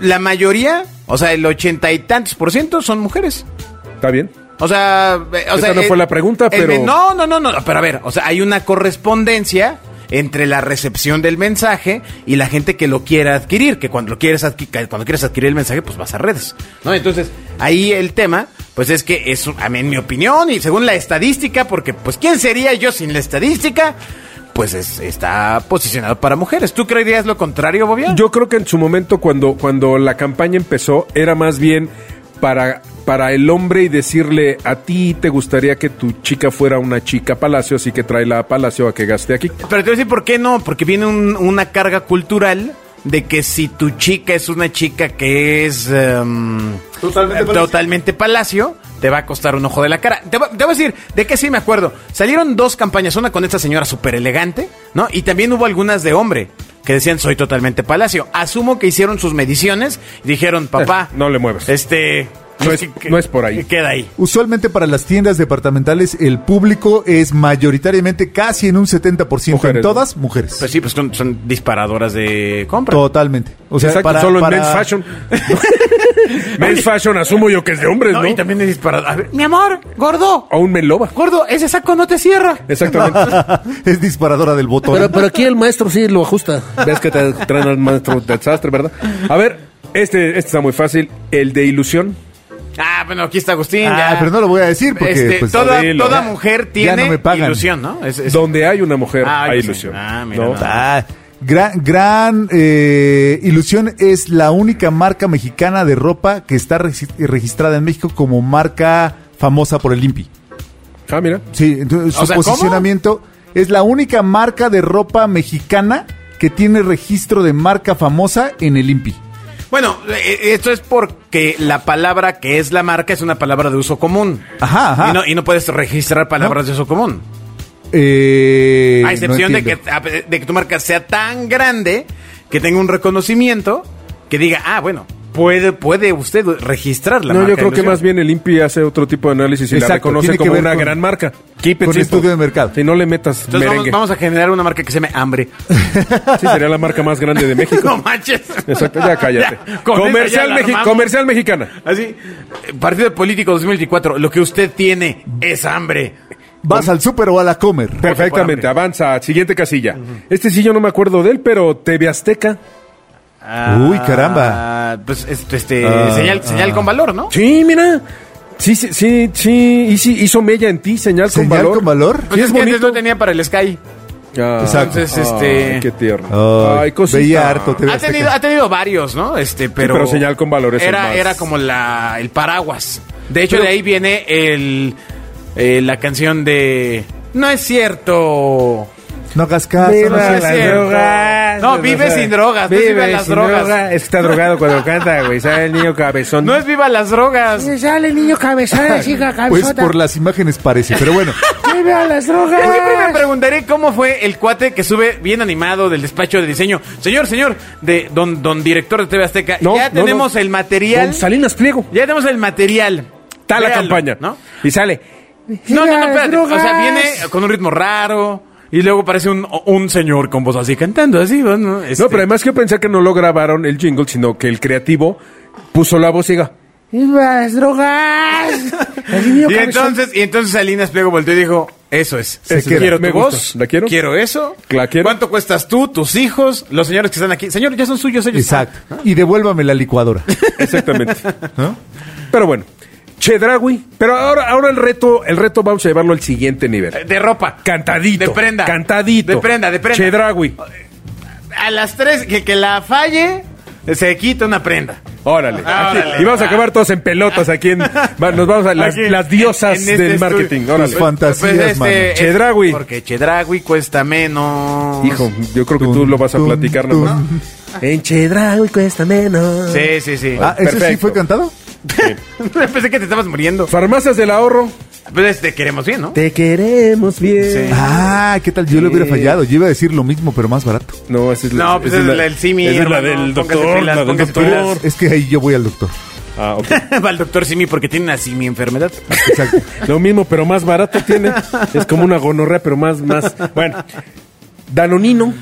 Speaker 2: La mayoría, o sea, el ochenta y tantos por ciento son mujeres.
Speaker 4: ¿Está bien?
Speaker 2: O sea, eh, o
Speaker 4: Esa
Speaker 2: sea,
Speaker 4: no
Speaker 2: eh,
Speaker 4: fue la pregunta,
Speaker 2: el
Speaker 4: pero-
Speaker 2: men- No, no, no, no, pero a ver, o sea, hay una correspondencia entre la recepción del mensaje y la gente que lo quiera adquirir, que cuando lo quieres adqui- que cuando quieres adquirir el mensaje, pues vas a redes, ¿no? Entonces, ahí el tema, pues es que es, un- a mí, en mi opinión y según la estadística, porque pues ¿quién sería yo sin la estadística? Pues es- está posicionado para mujeres. ¿Tú creerías lo contrario, Bobia?
Speaker 4: Yo creo que en su momento, cuando, cuando la campaña empezó, era más bien para, para el hombre y decirle a ti te gustaría que tu chica fuera una chica palacio, así que tráela a palacio a que gaste aquí.
Speaker 2: Pero te voy a decir por qué no, porque viene un- una carga cultural de que si tu chica es una chica que es em,
Speaker 3: Totalmente
Speaker 2: eh,
Speaker 3: palacio.
Speaker 2: totalmente palacio, te va a costar un ojo de la cara. Te, va- te voy a decir, de qué sí me acuerdo. Salieron dos campañas, una con esta señora súper elegante, ¿no? Y también hubo algunas de hombre que decían soy totalmente palacio. Asumo que hicieron sus mediciones y dijeron, papá,
Speaker 4: Eh, no le muevas.
Speaker 2: Este...
Speaker 4: No es- no es por ahí.
Speaker 2: Queda ahí.
Speaker 3: Usualmente para las tiendas departamentales el público es mayoritariamente casi en un 70%,
Speaker 4: Mujeres,
Speaker 3: en
Speaker 4: ¿no?
Speaker 3: todas mujeres.
Speaker 2: Pues sí, pues son, son disparadoras de compra.
Speaker 3: Totalmente. O sea,
Speaker 4: Exacto,
Speaker 3: para,
Speaker 4: solo
Speaker 3: para-
Speaker 4: en Men's Fashion. Men's fashion, asumo yo que es de hombres, ¿no?
Speaker 2: No, y también he disparado. A ver, mi amor, gordo.
Speaker 4: O un menloba.
Speaker 2: Gordo, ese saco no te cierra.
Speaker 4: Exactamente.
Speaker 3: es disparadora del botón.
Speaker 5: Pero,
Speaker 2: pues,
Speaker 5: pero aquí el maestro sí lo ajusta.
Speaker 4: Ves que te traen al maestro desastre, ¿verdad? A ver, este, este está muy fácil. El de ilusión.
Speaker 2: Ah, bueno, aquí está Agustín.
Speaker 3: Ah,
Speaker 2: ya.
Speaker 3: pero no lo voy a decir porque
Speaker 2: Este,
Speaker 3: pues,
Speaker 2: toda,
Speaker 4: dilo.
Speaker 2: toda
Speaker 4: Ya-
Speaker 2: mujer
Speaker 3: ya no
Speaker 2: tiene
Speaker 3: me pagan.
Speaker 2: ilusión, ¿no? Es- es-
Speaker 4: Donde hay una mujer,
Speaker 2: Ah,
Speaker 4: hay
Speaker 2: ilusión.
Speaker 4: ilusión.
Speaker 2: Ah, mira,
Speaker 4: ¿no?
Speaker 2: nada.
Speaker 3: Ah, gran gran eh, ilusión es la única marca mexicana de ropa que está regi- registrada en México como marca famosa por el INPI.
Speaker 4: Ah, mira.
Speaker 3: Sí, entonces
Speaker 2: O
Speaker 3: su
Speaker 2: sea, ¿cómo?
Speaker 3: posicionamiento es la única marca de ropa mexicana que tiene registro de marca famosa en el INPI.
Speaker 2: Bueno, eh, esto es porque la palabra que es la marca es una palabra de uso común.
Speaker 3: Ajá, ajá.
Speaker 2: Y no, y no puedes registrar palabras de uso común.
Speaker 3: Eh,
Speaker 2: a excepción
Speaker 3: no
Speaker 2: de, que,
Speaker 3: entiendo.
Speaker 2: a- de que tu marca sea tan grande que tenga un reconocimiento que diga, ah, bueno, puede, puede usted registrar la
Speaker 4: no,
Speaker 2: marca.
Speaker 4: yo creo que
Speaker 2: ilusión.
Speaker 4: más bien el INPI hace otro tipo de análisis y la
Speaker 3: Exacto,
Speaker 4: reconoce
Speaker 3: tiene que
Speaker 4: como
Speaker 3: ver
Speaker 4: una
Speaker 3: con-
Speaker 4: gran marca.
Speaker 3: con estudio de mercado.
Speaker 4: Si no le metas
Speaker 2: Entonces vamos,
Speaker 4: merengue.
Speaker 2: vamos a generar una marca que se llame Hambre.
Speaker 4: Sí, sería la marca más grande de México.
Speaker 2: no manches.
Speaker 4: Exacto, ya cállate.
Speaker 2: Ya, con eso ya
Speaker 4: comercial,
Speaker 2: la
Speaker 4: Mexi-
Speaker 2: armamos.
Speaker 4: comercial mexicana.
Speaker 2: Así, eh, Partido Político 2024, lo que usted tiene es hambre.
Speaker 3: ¿Vas al súper o a la comer?
Speaker 4: Perfectamente, avanza. Siguiente casilla. Este sí yo no me acuerdo de él, pero TV Azteca.
Speaker 3: Uy, caramba.
Speaker 2: Ah, Pues este, este,
Speaker 3: Ah,
Speaker 2: señal, señal con valor, ¿no?
Speaker 4: Sí, mira. Sí, sí, sí, sí. Y sí, hizo mella en ti, señal,
Speaker 3: ¿Señal
Speaker 4: con valor.
Speaker 3: con valor?
Speaker 2: Pues es,
Speaker 4: es
Speaker 2: que antes
Speaker 4: bonito.
Speaker 2: no tenía para el Sky.
Speaker 4: Ah,
Speaker 3: Exacto.
Speaker 2: Entonces, este.
Speaker 4: Ay, qué tierno.
Speaker 3: Ay,
Speaker 4: Ay, cosita.
Speaker 3: veía harto TV
Speaker 2: Ha
Speaker 3: Azteca.
Speaker 2: tenido, ha tenido varios, ¿no? Este, pero.
Speaker 4: pero señal con valor es el
Speaker 2: Era,
Speaker 4: más-
Speaker 2: era como la, el paraguas. De hecho,
Speaker 4: Pero-
Speaker 2: de ahí viene el, eh, la canción de. No es cierto.
Speaker 3: No hagas
Speaker 2: Ah,
Speaker 3: caso.
Speaker 4: Vive
Speaker 3: no seas-
Speaker 2: la-
Speaker 4: las
Speaker 2: cierto.
Speaker 4: drogas.
Speaker 2: No, vive sin drogas, no es viva las
Speaker 4: sin
Speaker 2: drogas.
Speaker 4: droga. Es que está drogado cuando canta, güey. Sale el niño cabezón.
Speaker 2: No es viva las drogas.
Speaker 5: Sale el niño cabezón, chica
Speaker 3: Pues por las imágenes parece, pero bueno.
Speaker 5: las
Speaker 2: Pues Yo Siempre me
Speaker 4: Pues.
Speaker 2: preguntaré cómo fue el cuate que sube bien animado del despacho de diseño. Señor, señor, de don, don director de TV Azteca,
Speaker 4: No,
Speaker 2: ya
Speaker 4: no,
Speaker 2: tenemos
Speaker 4: no.
Speaker 2: el material.
Speaker 4: Don Salinas Pliego.
Speaker 2: Ya tenemos el material.
Speaker 4: Está la
Speaker 2: Véalo,
Speaker 4: campaña.
Speaker 2: ¿no?
Speaker 4: Y sale.
Speaker 2: No, no, no, espérate. O sea,
Speaker 5: drogas.
Speaker 2: viene con un ritmo raro y luego parece un, un señor con voz así cantando, así, bueno, este-
Speaker 4: No, pero además que pensé que no lo grabaron el jingle, sino que el creativo puso la voz y diga,
Speaker 5: ¡Viva las drogas! El niño
Speaker 2: Y
Speaker 5: cabezón.
Speaker 2: entonces, y entonces Salinas Pliego volteó y dijo, eso es.
Speaker 4: Se
Speaker 2: Eso
Speaker 4: queda.
Speaker 2: Quiero
Speaker 4: Me
Speaker 2: tu
Speaker 4: gusta.
Speaker 2: voz.
Speaker 4: ¿La quiero?
Speaker 2: Quiero eso.
Speaker 4: ¿La quiero?
Speaker 2: ¿Cuánto cuestas tú, tus hijos, los señores que están aquí? Señor, ya son suyos ellos.
Speaker 3: Exacto. Y devuélvame la licuadora.
Speaker 4: Exactamente.
Speaker 3: ¿No?
Speaker 4: Pero bueno, Chedragui. Pero ahora, ahora el reto, el reto vamos a llevarlo al siguiente nivel.
Speaker 2: Eh, De ropa.
Speaker 4: Cantadito.
Speaker 2: De prenda.
Speaker 4: Cantadito.
Speaker 2: De prenda, de prenda.
Speaker 4: Chedragui.
Speaker 2: A las tres, que, que la falle, se quita una prenda.
Speaker 4: Órale. Aquí-
Speaker 2: Ah, Órale.
Speaker 4: Y vamos a acabar todos en pelotas aquí en. va, nos vamos a las,
Speaker 2: Aquí,
Speaker 4: las diosas
Speaker 2: en este
Speaker 4: del
Speaker 2: estudio. pues,
Speaker 4: marketing. Órale.
Speaker 3: Tus fantasías, mano.
Speaker 4: Chedraui.
Speaker 2: este, Porque Chedragui cuesta menos.
Speaker 4: Hijo, yo creo que tú
Speaker 3: Tum,
Speaker 4: lo vas a
Speaker 3: tum,
Speaker 4: platicar
Speaker 3: tum.
Speaker 4: nomás.
Speaker 5: En Chedraui cuesta menos.
Speaker 2: Sí, sí, sí.
Speaker 3: Ah, ¿ese sí
Speaker 4: Perfecto.
Speaker 3: fue cantado?
Speaker 2: Pensé que te estabas muriendo.
Speaker 4: Farmacias del ahorro.
Speaker 2: Pues este, queremos bien, ¿no?
Speaker 5: Te queremos bien.
Speaker 2: Sí.
Speaker 3: Ah, ¿qué tal? Yo le hubiera fallado. Yo iba a decir lo mismo, pero más barato.
Speaker 4: No, esa es la.
Speaker 2: No, pues
Speaker 4: esa
Speaker 2: es la del Simi,
Speaker 4: esa es la
Speaker 2: hermano.
Speaker 4: del
Speaker 2: Póngase
Speaker 4: doctor.
Speaker 2: pilas,
Speaker 4: la del
Speaker 2: póngase
Speaker 4: doctor.
Speaker 2: pilas.
Speaker 3: Es que ahí yo voy al doctor.
Speaker 4: Ah, ok.
Speaker 2: Va al doctor Simi porque tiene así mi enfermedad.
Speaker 3: Exacto.
Speaker 4: Lo mismo, pero más barato tiene. Es como una gonorrea, pero más, más. Bueno. Danonino.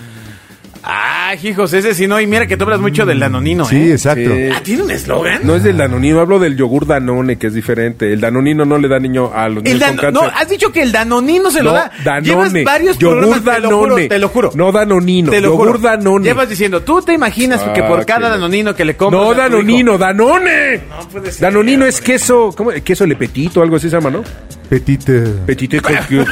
Speaker 2: Ah, hijos, ese sí no. Y mira que tú hablas mucho del danonino,
Speaker 3: Sí,
Speaker 2: ¿eh?
Speaker 3: exacto.
Speaker 4: Sí.
Speaker 2: Ah, ¿tiene un eslogan?
Speaker 4: No es del danonino, hablo del yogur danone, que es diferente. El danonino no le da niño a los
Speaker 2: El
Speaker 4: niños
Speaker 2: dan-
Speaker 4: con
Speaker 2: no,
Speaker 4: cáncer.
Speaker 2: has dicho que el danonino se lo
Speaker 4: No,
Speaker 2: da.
Speaker 4: Danone.
Speaker 2: Llevas varios
Speaker 4: yogur
Speaker 2: programas, te lo juro,
Speaker 4: danone.
Speaker 2: te lo juro.
Speaker 4: No danonino,
Speaker 2: Te lo
Speaker 4: yogur
Speaker 2: juro.
Speaker 4: danone.
Speaker 2: Llevas diciendo, tú te imaginas
Speaker 4: Ah,
Speaker 2: que por
Speaker 4: qué
Speaker 2: cada
Speaker 4: loco.
Speaker 2: danonino que le compras.
Speaker 4: No
Speaker 2: a tu
Speaker 4: danonino,
Speaker 2: hijo-
Speaker 4: danone.
Speaker 2: No pues, puede ser,
Speaker 4: danonino es queso, ¿cómo? Queso le petito, algo así se llama, ¿no?
Speaker 3: Petite.
Speaker 4: Petite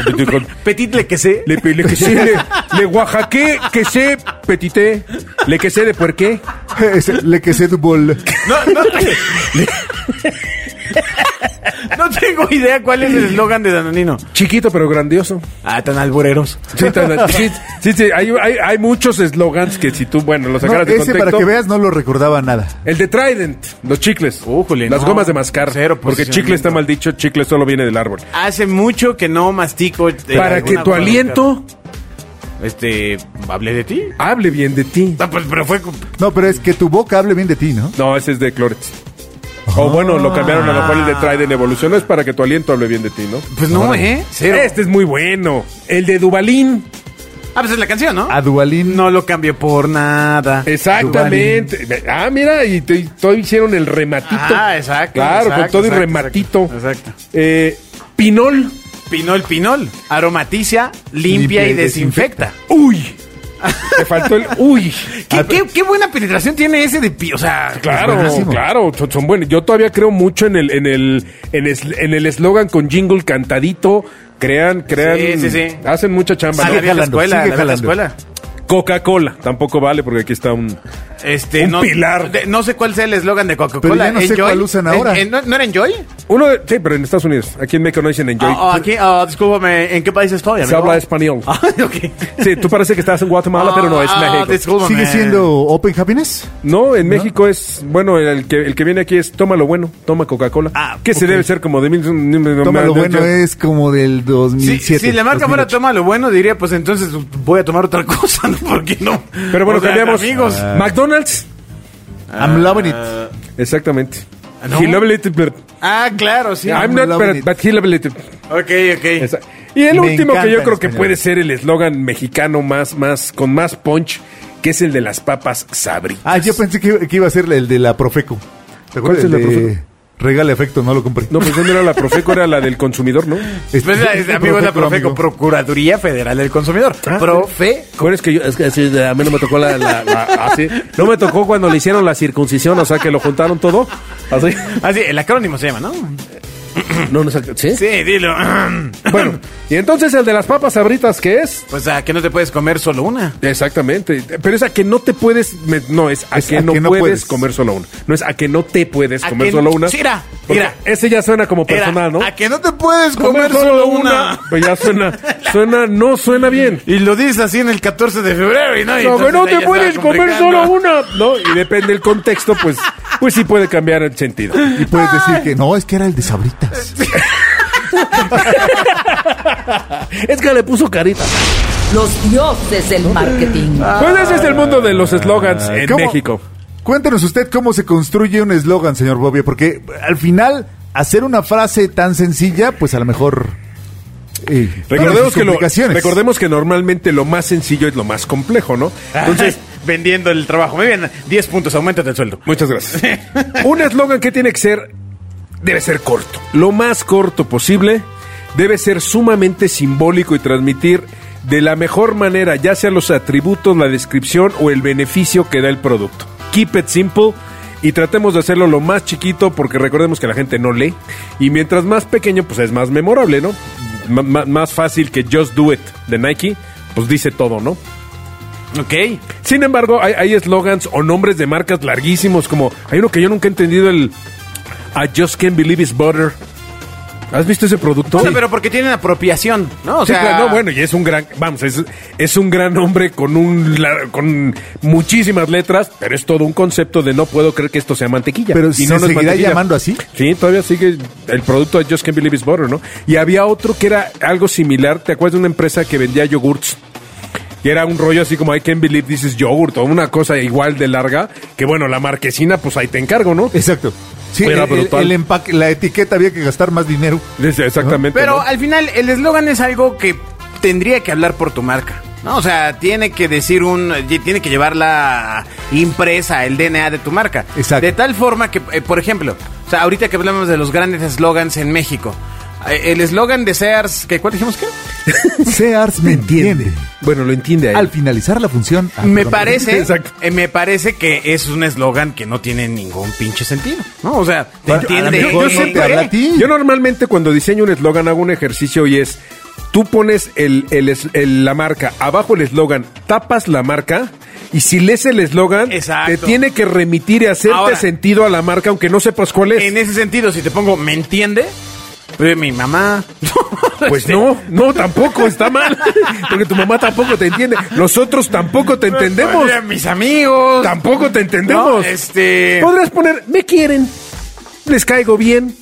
Speaker 2: Petitle que sé.
Speaker 4: Le, pe- le que sé, le, le oaxaqué, que sé, petite, le que sé de puerqué.
Speaker 3: Ese- Le que se du bol.
Speaker 2: No, no, no tengo idea cuál es el eslogan de danonino.
Speaker 4: Chiquito pero grandioso.
Speaker 2: Ah, tan albureros.
Speaker 4: Sí, tan- sí, sí, sí, hay, hay- hay muchos eslogans que si tú, bueno, los
Speaker 3: No,
Speaker 4: sacaras de
Speaker 3: ese para
Speaker 4: contexto-
Speaker 3: que veas no lo recordaba nada.
Speaker 4: El de Trident, los chicles,
Speaker 2: Újole,
Speaker 4: las
Speaker 2: no.
Speaker 4: gomas de mascar,
Speaker 2: Cero
Speaker 4: porque chicle está mal dicho, chicle solo viene del árbol.
Speaker 2: Hace mucho que no mastico. eh,
Speaker 4: Para que
Speaker 2: alguna
Speaker 4: tu
Speaker 2: cosa.
Speaker 4: aliento
Speaker 2: Este, hablé de ti.
Speaker 4: hable bien de ti.
Speaker 2: Ah, pues, pero fue. con-
Speaker 3: No, pero es que tu boca hable bien de ti, ¿no?
Speaker 4: No, ese es de Clorets. O
Speaker 2: Ah.
Speaker 4: bueno, lo cambiaron a lo mejor el de Trident evolucionó, es para que tu aliento hable bien de ti, ¿no?
Speaker 2: Pues no, ¿eh? Cero.
Speaker 4: Este es muy bueno. El de Dubalín.
Speaker 2: Ah, pues es la canción, ¿no?
Speaker 3: A Dualín.
Speaker 2: No lo cambio por nada.
Speaker 4: Exactamente. Ah, mira, y te, todo hicieron el rematito.
Speaker 2: Ah, exacto.
Speaker 4: Claro,
Speaker 2: exacto,
Speaker 4: con todo y
Speaker 2: exacto,
Speaker 4: rematito.
Speaker 2: Exacto. exacto.
Speaker 4: Eh, Pinol.
Speaker 2: Pinol, pinol. Aromatiza, limpia,
Speaker 3: Limpia
Speaker 2: y
Speaker 3: y
Speaker 2: desinfecta.
Speaker 4: Uy. Te faltó el uy.
Speaker 2: ¿Qué,
Speaker 4: Ah,
Speaker 2: qué- qué buena penetración tiene ese de pi? O sea,
Speaker 4: Claro,
Speaker 3: buenísimo.
Speaker 4: claro, son, son buenos. Yo todavía creo mucho en el en el en el, en el eslogan con jingle cantadito. Crean, crean,
Speaker 2: Sí, sí, sí.
Speaker 4: hacen mucha chamba.
Speaker 2: Sale
Speaker 4: ¿no?
Speaker 2: de la
Speaker 3: jalando,
Speaker 2: escuela,
Speaker 3: sigue
Speaker 2: la vieja
Speaker 3: jalando.
Speaker 2: escuela.
Speaker 4: Coca-Cola tampoco vale porque aquí está un
Speaker 2: Este,
Speaker 4: Un
Speaker 2: no,
Speaker 4: pilar.
Speaker 2: de- no sé cuál sea el eslogan de
Speaker 3: Pero
Speaker 2: Coca-Cola.
Speaker 3: ya no sé
Speaker 2: Enjoy.
Speaker 3: cuál usan ahora.
Speaker 2: En- en- eh, ¿no, no era Enjoy?
Speaker 4: uno de, sí, pero en Estados Unidos, aquí en México no dicen enjoy.
Speaker 2: Ah, ah, aquí, ah, discúlpame, ¿en qué país estoy?
Speaker 4: Se
Speaker 2: amigo?
Speaker 4: habla español.
Speaker 2: Ah, ok.
Speaker 4: Sí, tú parece que estás en Guatemala, pero no es
Speaker 2: Ah,
Speaker 4: México.
Speaker 2: discúlpame.
Speaker 3: ¿Sigue siendo Open Happiness?
Speaker 4: No, en México es, bueno, el que, el que viene aquí es toma lo bueno, toma Coca-Cola.
Speaker 2: Ah,
Speaker 4: que se debe ser como de mil...
Speaker 3: Toma lo bueno, eh. es como del
Speaker 2: Si,
Speaker 3: 2007.
Speaker 2: si la marca fuera
Speaker 3: 2008.
Speaker 2: toma lo bueno, diría, pues entonces voy a tomar otra cosa, ¿no? ¿Por qué no?
Speaker 4: Pero bueno,
Speaker 2: O sea,
Speaker 4: cambiamos. Ah.
Speaker 2: Amigos.
Speaker 4: McDonald's.
Speaker 2: Ah.
Speaker 3: I'm loving it.
Speaker 4: Exactamente.
Speaker 2: ¿no?
Speaker 4: He love a little bit.
Speaker 2: Ah, claro, sí.
Speaker 4: I'm
Speaker 3: I'm
Speaker 4: not,
Speaker 3: loving
Speaker 4: but,
Speaker 3: it.
Speaker 4: but he love a little bit.
Speaker 2: Ok, ok.
Speaker 4: Esa- Y el
Speaker 3: Me
Speaker 4: último que
Speaker 3: encanta
Speaker 4: yo
Speaker 3: en
Speaker 4: creo que
Speaker 3: español.
Speaker 4: puede ser el eslogan mexicano más, más, con más punch, que es el de las papas sabritas.
Speaker 3: Ah, yo pensé que, que iba a ser el de la Profeco. ¿Te acuerdas?
Speaker 4: ¿Cuál es el
Speaker 3: El
Speaker 4: de la
Speaker 3: de regala efecto, no lo compré.
Speaker 4: No, pues no era la Profeco, era la del consumidor, ¿no?
Speaker 3: Es-
Speaker 2: Pues, la- es-
Speaker 4: este
Speaker 2: amigo, es la Profeco,
Speaker 3: amigo.
Speaker 2: Procuraduría Federal del Consumidor.
Speaker 4: Ah,
Speaker 2: Profe.
Speaker 5: Bueno, es que, yo, es que sí, a mí no me tocó la, la- la- así. No me tocó cuando le hicieron la circuncisión, o sea que lo juntaron todo. Así.
Speaker 2: Ah, sí, el acrónimo se llama, ¿no?
Speaker 5: No, no, sé, ¿sí?
Speaker 2: Sí, dilo.
Speaker 4: Bueno, y entonces el de las papas sabritas, ¿qué es?
Speaker 2: Pues a que no te puedes comer solo una.
Speaker 4: Exactamente. Pero es a que no te puedes. me- no, es a,
Speaker 3: Es
Speaker 4: que, no puedes, comer solo una. No es a que no te puedes
Speaker 2: A
Speaker 4: comer
Speaker 2: que-
Speaker 4: solo una.
Speaker 2: Sí, era,
Speaker 4: Porque
Speaker 2: era.
Speaker 4: Ese ya suena como
Speaker 2: Era,
Speaker 4: personal, ¿no?
Speaker 2: A que no te puedes
Speaker 4: Comer solo una. Pues ya suena. Suena, no suena bien.
Speaker 2: Y lo dices así en el 14 de febrero y no. y
Speaker 4: No, que
Speaker 2: entonces
Speaker 4: no
Speaker 2: ahí
Speaker 4: te
Speaker 2: está
Speaker 4: puedes comer
Speaker 2: complicando.
Speaker 4: solo una. No, y depende del contexto, pues, pues sí puede cambiar el sentido.
Speaker 3: Y puedes decir que no, es que era el de Sabritas.
Speaker 5: Es que le puso carita.
Speaker 1: Los dioses del marketing.
Speaker 4: Pues ese es el mundo de los eslogans
Speaker 3: Ah,
Speaker 4: en
Speaker 3: ¿cómo-
Speaker 4: México.
Speaker 3: Cuéntenos usted cómo se construye un eslogan, señor Bobbio, porque al final hacer una frase tan sencilla, pues a lo mejor... eh, tiene
Speaker 4: Recordemos
Speaker 3: sus
Speaker 4: que, lo,
Speaker 3: complicaciones.
Speaker 4: recordemos que normalmente lo más sencillo es lo más complejo, ¿no?
Speaker 3: Ah.
Speaker 4: Entonces,
Speaker 2: Entonces, vendiendo el trabajo. Muy bien, 10 puntos, aumentate el sueldo.
Speaker 4: Muchas gracias. Un eslogan que tiene que ser, debe ser corto, lo más corto posible, debe ser sumamente simbólico y transmitir de la mejor manera, ya sea los atributos, la descripción o el beneficio que da el producto. Keep it simple. Y tratemos de hacerlo lo más chiquito porque recordemos que la gente no lee. Y mientras más pequeño, pues es más memorable, ¿no? M- m- más fácil que Just Do It de Nike, pues dice todo, ¿no?
Speaker 2: Ok.
Speaker 4: Sin embargo, hay hay eslogans o nombres de marcas larguísimos, como hay uno que yo nunca he entendido, el I just can't believe it's butter. ¿Has visto ese producto?
Speaker 2: No, pero porque tienen apropiación, ¿no? O
Speaker 4: Sí,
Speaker 2: sea,
Speaker 4: claro, no, bueno, y es un gran, vamos, es, es un gran hombre con un lar- con muchísimas letras, pero es todo un concepto de no puedo creer que esto sea mantequilla.
Speaker 3: Pero
Speaker 4: Y
Speaker 3: ¿se
Speaker 4: no, no es
Speaker 3: seguirá
Speaker 4: mantequilla.
Speaker 3: llamando así?
Speaker 4: Sí, todavía sigue el producto de Just Can't Believe It's Butter, ¿no? Y había otro que era algo similar, ¿te acuerdas de una empresa que vendía yogurts? Y era un rollo así como I can't believe this is yogurt o una cosa igual de larga, que bueno, la marquesina, pues ahí te encargo, ¿no?
Speaker 3: Exacto. Sí,
Speaker 4: Era
Speaker 3: el- el,
Speaker 4: brutal.
Speaker 3: el empaque, la etiqueta había que gastar más dinero.
Speaker 4: Es- Exactamente.
Speaker 2: Pero
Speaker 4: ¿no?
Speaker 2: al final, el eslogan es algo que tendría que hablar por tu marca. ¿no? O sea, tiene que decir un. Tiene que llevar la impresa, el DNA de tu marca.
Speaker 3: Exacto.
Speaker 2: De tal forma que, eh, por ejemplo, o sea, ahorita que hablamos de los grandes eslogans en México. eh, El eslogan de Sears, ¿qué, ¿cuál dijimos que? era?
Speaker 3: Sears me entiende.
Speaker 4: Bueno, lo entiende a él.
Speaker 3: Al finalizar la función... Ah,
Speaker 2: me
Speaker 3: perdón.
Speaker 2: parece,
Speaker 4: Exacto.
Speaker 2: eh, me parece que es un eslogan que no tiene ningún pinche sentido. No, o sea, te
Speaker 3: Bueno, a
Speaker 2: entiende.
Speaker 3: lo mejor
Speaker 2: ¿eh?
Speaker 3: no te habla a ti.
Speaker 4: Yo normalmente cuando diseño un eslogan hago un ejercicio y es, tú pones el, el es- el- la marca, abajo el eslogan, tapas la marca y si lees el eslogan,
Speaker 2: Exacto.
Speaker 4: te tiene que remitir y hacerte
Speaker 2: Ahora.
Speaker 4: sentido a la marca aunque no sepas cuál es.
Speaker 2: En ese sentido, si te pongo, ¿me entiende? Pues mi mamá.
Speaker 4: Pues
Speaker 2: Este,
Speaker 4: no, no, tampoco, está mal. Porque tu mamá tampoco te entiende. Nosotros tampoco te entendemos.
Speaker 2: Mira, Mis amigos.
Speaker 4: Tampoco te entendemos.
Speaker 2: No, este-
Speaker 4: Podrás poner, me quieren, les caigo bien,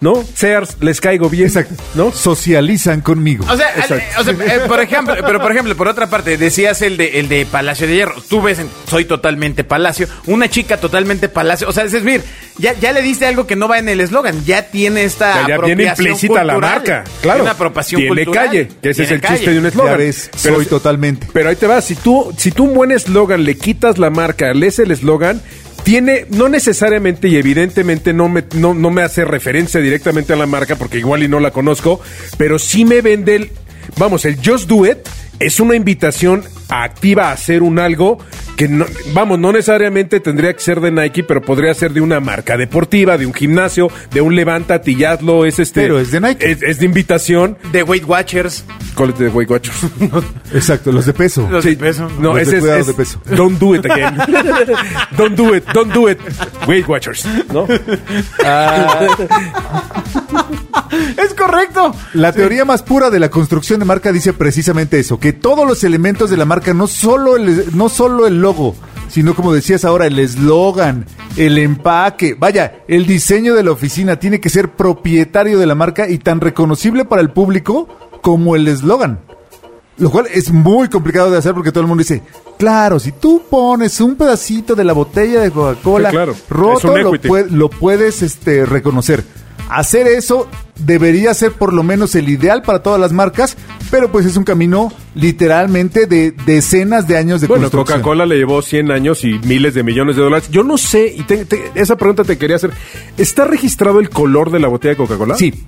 Speaker 4: ¿no? Sears, les caigo bien.
Speaker 3: Exacto.
Speaker 4: ¿No?
Speaker 3: Socializan conmigo.
Speaker 2: O sea, al- o sea, eh, por ejemplo, pero por ejemplo, por otra parte, decías el de el de Palacio de Hierro. Tú ves, en soy totalmente Palacio, una chica totalmente Palacio. O sea, es decir, ya, ya le diste algo que no va en el eslogan. Ya tiene esta
Speaker 4: Ya- ya
Speaker 2: apropiación
Speaker 4: viene implícita la
Speaker 2: cultural.
Speaker 4: marca, claro.
Speaker 2: Tiene Una apropiación
Speaker 4: Tiene
Speaker 2: cultural.
Speaker 4: calle, que ese es
Speaker 2: Tiene
Speaker 4: el chiste de un
Speaker 3: ya
Speaker 4: eslogan.
Speaker 3: ves,
Speaker 4: Pero
Speaker 3: soy
Speaker 4: si-
Speaker 3: totalmente.
Speaker 4: Pero ahí te va, si tú, si tú un buen eslogan le quitas la marca, lees el eslogan, tiene, no necesariamente y evidentemente no me, no, no me hace referencia directamente a la marca, porque igual y no la conozco, pero sí me vende el, vamos, el Just Do It es una invitación activa a hacer un algo que, no- vamos, no necesariamente tendría que ser de Nike, pero podría ser de una marca deportiva, de un gimnasio, de un levántate y hazlo, es este...
Speaker 3: Pero es de Nike.
Speaker 4: Es, es de invitación.
Speaker 2: De Weight Watchers.
Speaker 4: ¿Cuál es de Weight Watchers?
Speaker 3: Exacto, los de peso.
Speaker 2: Los de peso.
Speaker 4: No,
Speaker 3: Los de
Speaker 4: ese es,
Speaker 3: cuidado
Speaker 4: es
Speaker 3: de peso.
Speaker 4: Don't do it again. don't do it, don't do it. Weight Watchers, ¿no?
Speaker 2: Es correcto.
Speaker 3: La teoría más pura de la construcción de marca dice precisamente eso, que todos los elementos de la marca, no solo el, no solo el logo, sino como decías ahora, el eslogan, el empaque, vaya, el diseño de la oficina tiene que ser propietario de la marca y tan reconocible para el público como el eslogan. Lo cual es muy complicado de hacer porque todo el mundo dice, claro, si tú pones un pedacito de la botella de Coca-Cola
Speaker 4: Sí, claro. Es
Speaker 3: roto,
Speaker 4: un
Speaker 3: lo,
Speaker 4: equity.
Speaker 3: pue- lo puedes este, reconocer. Hacer eso debería ser por lo menos el ideal para todas las marcas, pero pues es un camino literalmente de decenas de años de
Speaker 4: Bueno,
Speaker 3: construcción.
Speaker 4: Coca-Cola le llevó 100 años y miles de millones de dólares. Yo no sé, y te- te- esa pregunta te quería hacer. ¿Está registrado el color de la botella de Coca-Cola?
Speaker 3: Sí.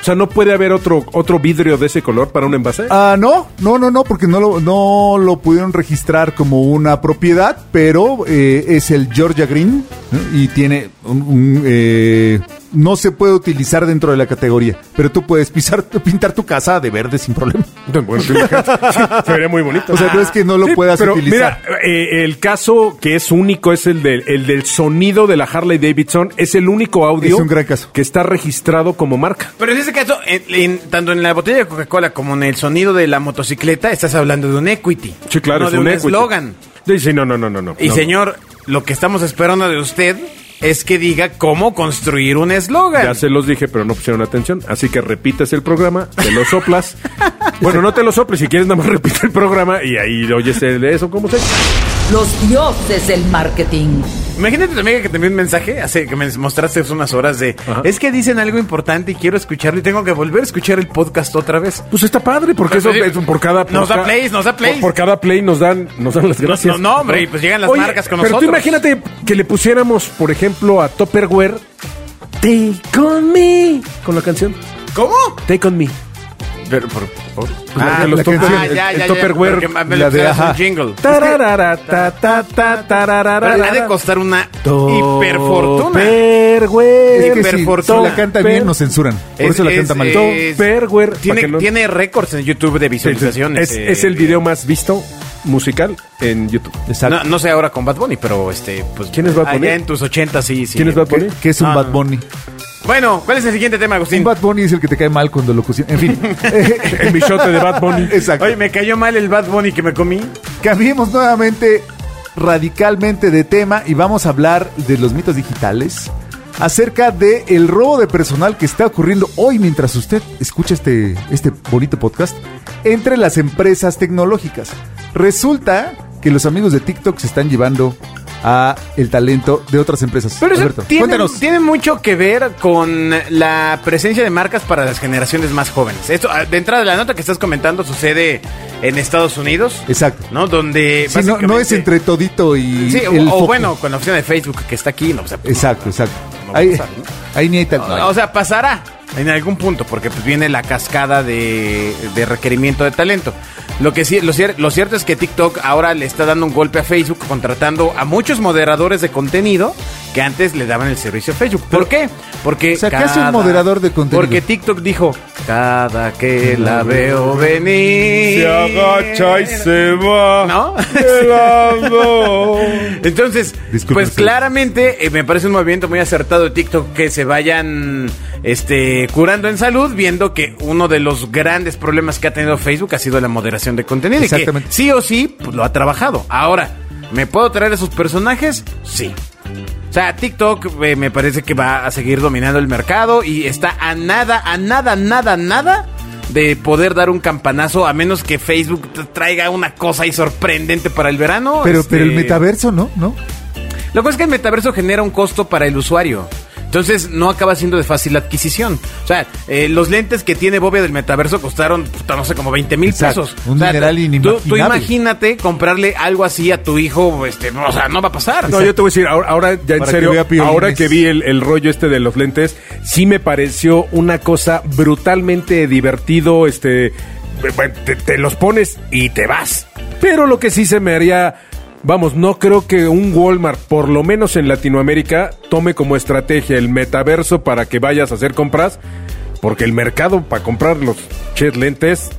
Speaker 4: O sea, ¿no puede haber otro, otro vidrio de ese color para un envase?
Speaker 3: Ah, no, no, no, no, porque no lo, no lo pudieron registrar como una propiedad, pero eh, es el Georgia Green ¿no? y tiene un... un, eh, no se puede utilizar dentro de la categoría, pero tú puedes pisar, pintar tu casa de verde sin problema.
Speaker 4: Bueno, tú imagínate. Sí, se vería muy bonito.
Speaker 3: O sea, no es que no lo puedas
Speaker 4: pero
Speaker 3: utilizar.
Speaker 4: Mira, eh, el caso que es único es el del, el del sonido de la Harley Davidson. Es el único audio
Speaker 3: Es un gran caso.
Speaker 4: que está registrado como marca.
Speaker 2: Pero en ese caso, en- en- tanto en la botella de Coca-Cola como en el sonido de la motocicleta, estás hablando de un equity.
Speaker 4: Sí, claro,
Speaker 2: no
Speaker 4: es
Speaker 2: de
Speaker 4: un
Speaker 2: un
Speaker 4: equity.
Speaker 2: eslogan.
Speaker 4: Sí, sí, no, no, no, no. no.
Speaker 2: Y
Speaker 4: No.
Speaker 2: señor, lo que estamos esperando de usted es que diga cómo construir un
Speaker 4: Ya
Speaker 2: eslogan.
Speaker 4: se los dije, pero no pusieron atención. Así que repites el programa, te lo soplas. bueno, no te lo soples, si quieres nada más repite el programa y ahí oyes el de eso, ¿cómo se?
Speaker 1: Los dioses del marketing.
Speaker 2: Imagínate también que te envié un mensaje hace que me mostraste hace unas horas de
Speaker 4: Ajá.
Speaker 2: es que dicen algo importante y quiero escucharlo y tengo que volver a escuchar el podcast otra vez.
Speaker 4: Pues está padre, porque eso
Speaker 2: Pues, sí.
Speaker 4: es por cada... por
Speaker 2: Nos da
Speaker 4: ca-
Speaker 2: plays, nos da plays.
Speaker 4: Por, por cada play nos dan, nos dan las gracias.
Speaker 2: no, no, hombre, y pues llegan las marcas con
Speaker 4: Pero tú
Speaker 2: nosotros.
Speaker 4: imagínate que le pusiéramos, por ejemplo, a Topperware, Take on me, con la canción.
Speaker 2: ¿Cómo?
Speaker 4: Take on me. Pues,
Speaker 2: Pero por, por-
Speaker 3: Ah,
Speaker 4: de
Speaker 3: la
Speaker 4: Topper-
Speaker 3: canción.
Speaker 2: Ah,
Speaker 4: el-
Speaker 2: ya, ya,
Speaker 4: el
Speaker 2: ya.
Speaker 4: Topperware.
Speaker 2: Porque me- me
Speaker 3: la
Speaker 2: lo
Speaker 3: de
Speaker 2: pusieron
Speaker 3: ajá.
Speaker 2: un jingle.
Speaker 4: Tararara, ta, ta, ta, tararara.
Speaker 2: Pero le ha de costar una hiperfortuna.
Speaker 4: Topperware.
Speaker 3: Es que si,
Speaker 2: Hiperfortuna.
Speaker 3: si la canta bien nos censuran. Por
Speaker 2: Es-
Speaker 3: eso la
Speaker 2: es,
Speaker 3: canta mal.
Speaker 2: eh,
Speaker 4: Topperware, para
Speaker 2: Tiene,
Speaker 4: que no-
Speaker 2: tiene récords en YouTube de visualizaciones.
Speaker 4: Es,
Speaker 2: eh,
Speaker 4: es el video más visto musical en YouTube.
Speaker 2: No, no sé ahora con Bad Bunny, pero este, pues.
Speaker 4: ¿Quién es Bad Bunny?
Speaker 2: Allá en tus 80 sí, sí.
Speaker 4: ¿Quién es Bad Bunny?
Speaker 3: Que, que es un
Speaker 2: Ah,
Speaker 3: Bad
Speaker 2: no.
Speaker 3: Bunny.
Speaker 2: Bueno, ¿cuál es el siguiente tema,
Speaker 3: Un
Speaker 2: Agustín?
Speaker 3: Bad Bunny es el que te cae mal cuando lo cocina. En fin. Eh,
Speaker 4: El bichote de Bad Bunny.
Speaker 3: Exacto.
Speaker 2: Oye, me cayó mal el Bad Bunny que me comí.
Speaker 3: Cambiemos nuevamente radicalmente de tema y vamos a hablar de los mitos digitales acerca de el robo de personal que está ocurriendo hoy mientras usted escucha este, este bonito podcast entre las empresas tecnológicas. Resulta que los amigos de TikTok se están llevando a el talento de otras empresas.
Speaker 2: Pero eso
Speaker 3: Alberto,
Speaker 2: tiene,
Speaker 3: cuéntanos.
Speaker 2: tiene mucho que ver con la presencia de marcas para las generaciones más jóvenes. Esto, ah, de entrada, la nota que estás comentando sucede en Estados Unidos.
Speaker 3: Exacto.
Speaker 2: ¿No? Donde.
Speaker 3: Sí, no, no es
Speaker 2: básicamente-
Speaker 3: entre todito y
Speaker 2: Sí, o-
Speaker 3: el
Speaker 2: o,
Speaker 3: foco.
Speaker 2: bueno, con la opción de Facebook que está aquí. No, o sea, pues,
Speaker 3: Exacto, exacto.
Speaker 2: No va a
Speaker 3: Ahí,
Speaker 2: pasar, ¿no?
Speaker 3: ahí ni hay tal.
Speaker 2: O sea, pasará en algún punto, porque pues viene la cascada de, de requerimiento de talento. Lo que sí, lo, cier- lo cierto es que TikTok ahora le está dando un golpe a Facebook contratando a muchos moderadores de contenido que antes le daban el servicio a Facebook. ¿Por qué? Porque
Speaker 3: O sea, ¿qué hace un moderador de contenido?
Speaker 2: Porque TikTok dijo, cada que la veo venir.
Speaker 4: va.
Speaker 2: ¿No?
Speaker 4: Llegando.
Speaker 2: Entonces,
Speaker 3: Disculpe
Speaker 2: pues
Speaker 3: usted.
Speaker 2: claramente eh, me parece un movimiento muy acertado de TikTok que se vayan este curando en salud, viendo que uno de los grandes problemas que ha tenido Facebook ha sido la moderación de contenido. y que
Speaker 3: Exactamente.
Speaker 2: sí o sí, pues lo ha trabajado. Ahora. ¿Me puedo traer esos personajes? Sí. O sea, TikTok eh, me parece que va a seguir dominando el mercado y está a nada, a nada, nada, nada de poder dar un campanazo a menos que Facebook t- traiga una cosa ahí sorprendente para el verano.
Speaker 3: Pero,
Speaker 2: este-
Speaker 3: pero el metaverso, ¿no? ¿No?
Speaker 2: Lo que pasa es que el metaverso genera un costo para el usuario. Entonces no acaba siendo de fácil adquisición. O sea, eh, los lentes que tiene Bobia del metaverso costaron, puta, no sé, como 20 mil
Speaker 3: Exacto,
Speaker 2: pesos.
Speaker 3: un
Speaker 2: O sea,
Speaker 3: dineral
Speaker 2: tú- Tú,
Speaker 3: inimaginable.
Speaker 2: imagínate comprarle algo así a tu hijo, este, no, o sea, no va a pasar.
Speaker 4: No, yo te voy a decir, ahora, ahora ya en
Speaker 3: Para que
Speaker 4: serio,
Speaker 3: vea piolines.
Speaker 4: ahora que vi el, el rollo este de los lentes, sí me pareció una cosa brutalmente divertido, este, bueno, te, te los pones y te vas. Pero lo que sí se me haría, vamos, no creo que un Walmart, por lo menos en Latinoamérica, tome como estrategia el metaverso para que vayas a hacer compras. Porque el mercado para comprar los ches lentes